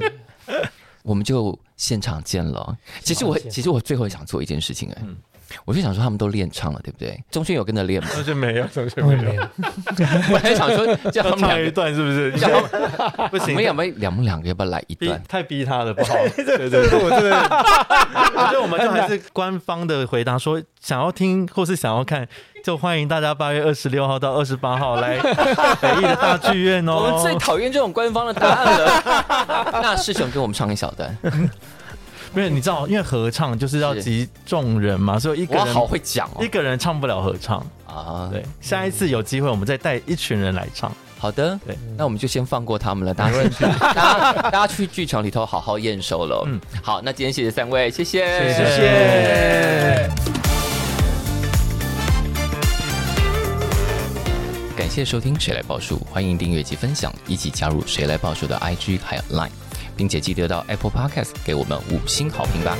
Speaker 1: 我们就现场见了。其实我
Speaker 2: 好见
Speaker 1: 其实我最后想做一件事情哎、我就想说他们都练唱了，对不对？钟轩有跟着 [LAUGHS] 练吗？
Speaker 3: 那就没有，那就
Speaker 2: 因为
Speaker 3: 没有
Speaker 2: 嗯没。有，
Speaker 1: 我还想说叫他
Speaker 3: 要
Speaker 1: 们两
Speaker 3: 唱
Speaker 1: 个
Speaker 3: 一段是不是？
Speaker 1: 叫他们
Speaker 3: 不
Speaker 1: 我
Speaker 3: 行，
Speaker 1: 们两位两们两个要不要来一
Speaker 3: 逼
Speaker 1: 段？
Speaker 3: 太逼他了，不好。对对对，我真的，我觉得我们就还是官方的回答说，想要听或是想要看，就欢迎大家八月二十六号到二十八号来北艺的大剧院
Speaker 1: 我们最
Speaker 3: 哦。
Speaker 1: 讨厌这种官方的答案了。 [LAUGHS] 那师兄给我们唱一小段，
Speaker 3: 没有，你知道，因为合唱就是要
Speaker 1: 是
Speaker 3: 集众人嘛，所以一个
Speaker 1: 哇，
Speaker 3: 人
Speaker 1: 好会讲
Speaker 3: 一个人唱不了合唱。
Speaker 1: 哦。啊，
Speaker 3: 对，下一次有机会我们再带一群人来唱。
Speaker 1: 好的
Speaker 3: 对，
Speaker 1: 那我们就先放过他们了。大家先去，大家大家去剧场里头好好验收喽。嗯
Speaker 3: 嗯，
Speaker 1: 好，那今天谢谢三位，谢谢，
Speaker 3: 谢谢
Speaker 1: 感谢收听《谁来报数》，欢迎订阅及分享，一起加入《谁来报数》的 IG 还有 Line，并且记得到 Apple Podcast 给我们五星好评吧。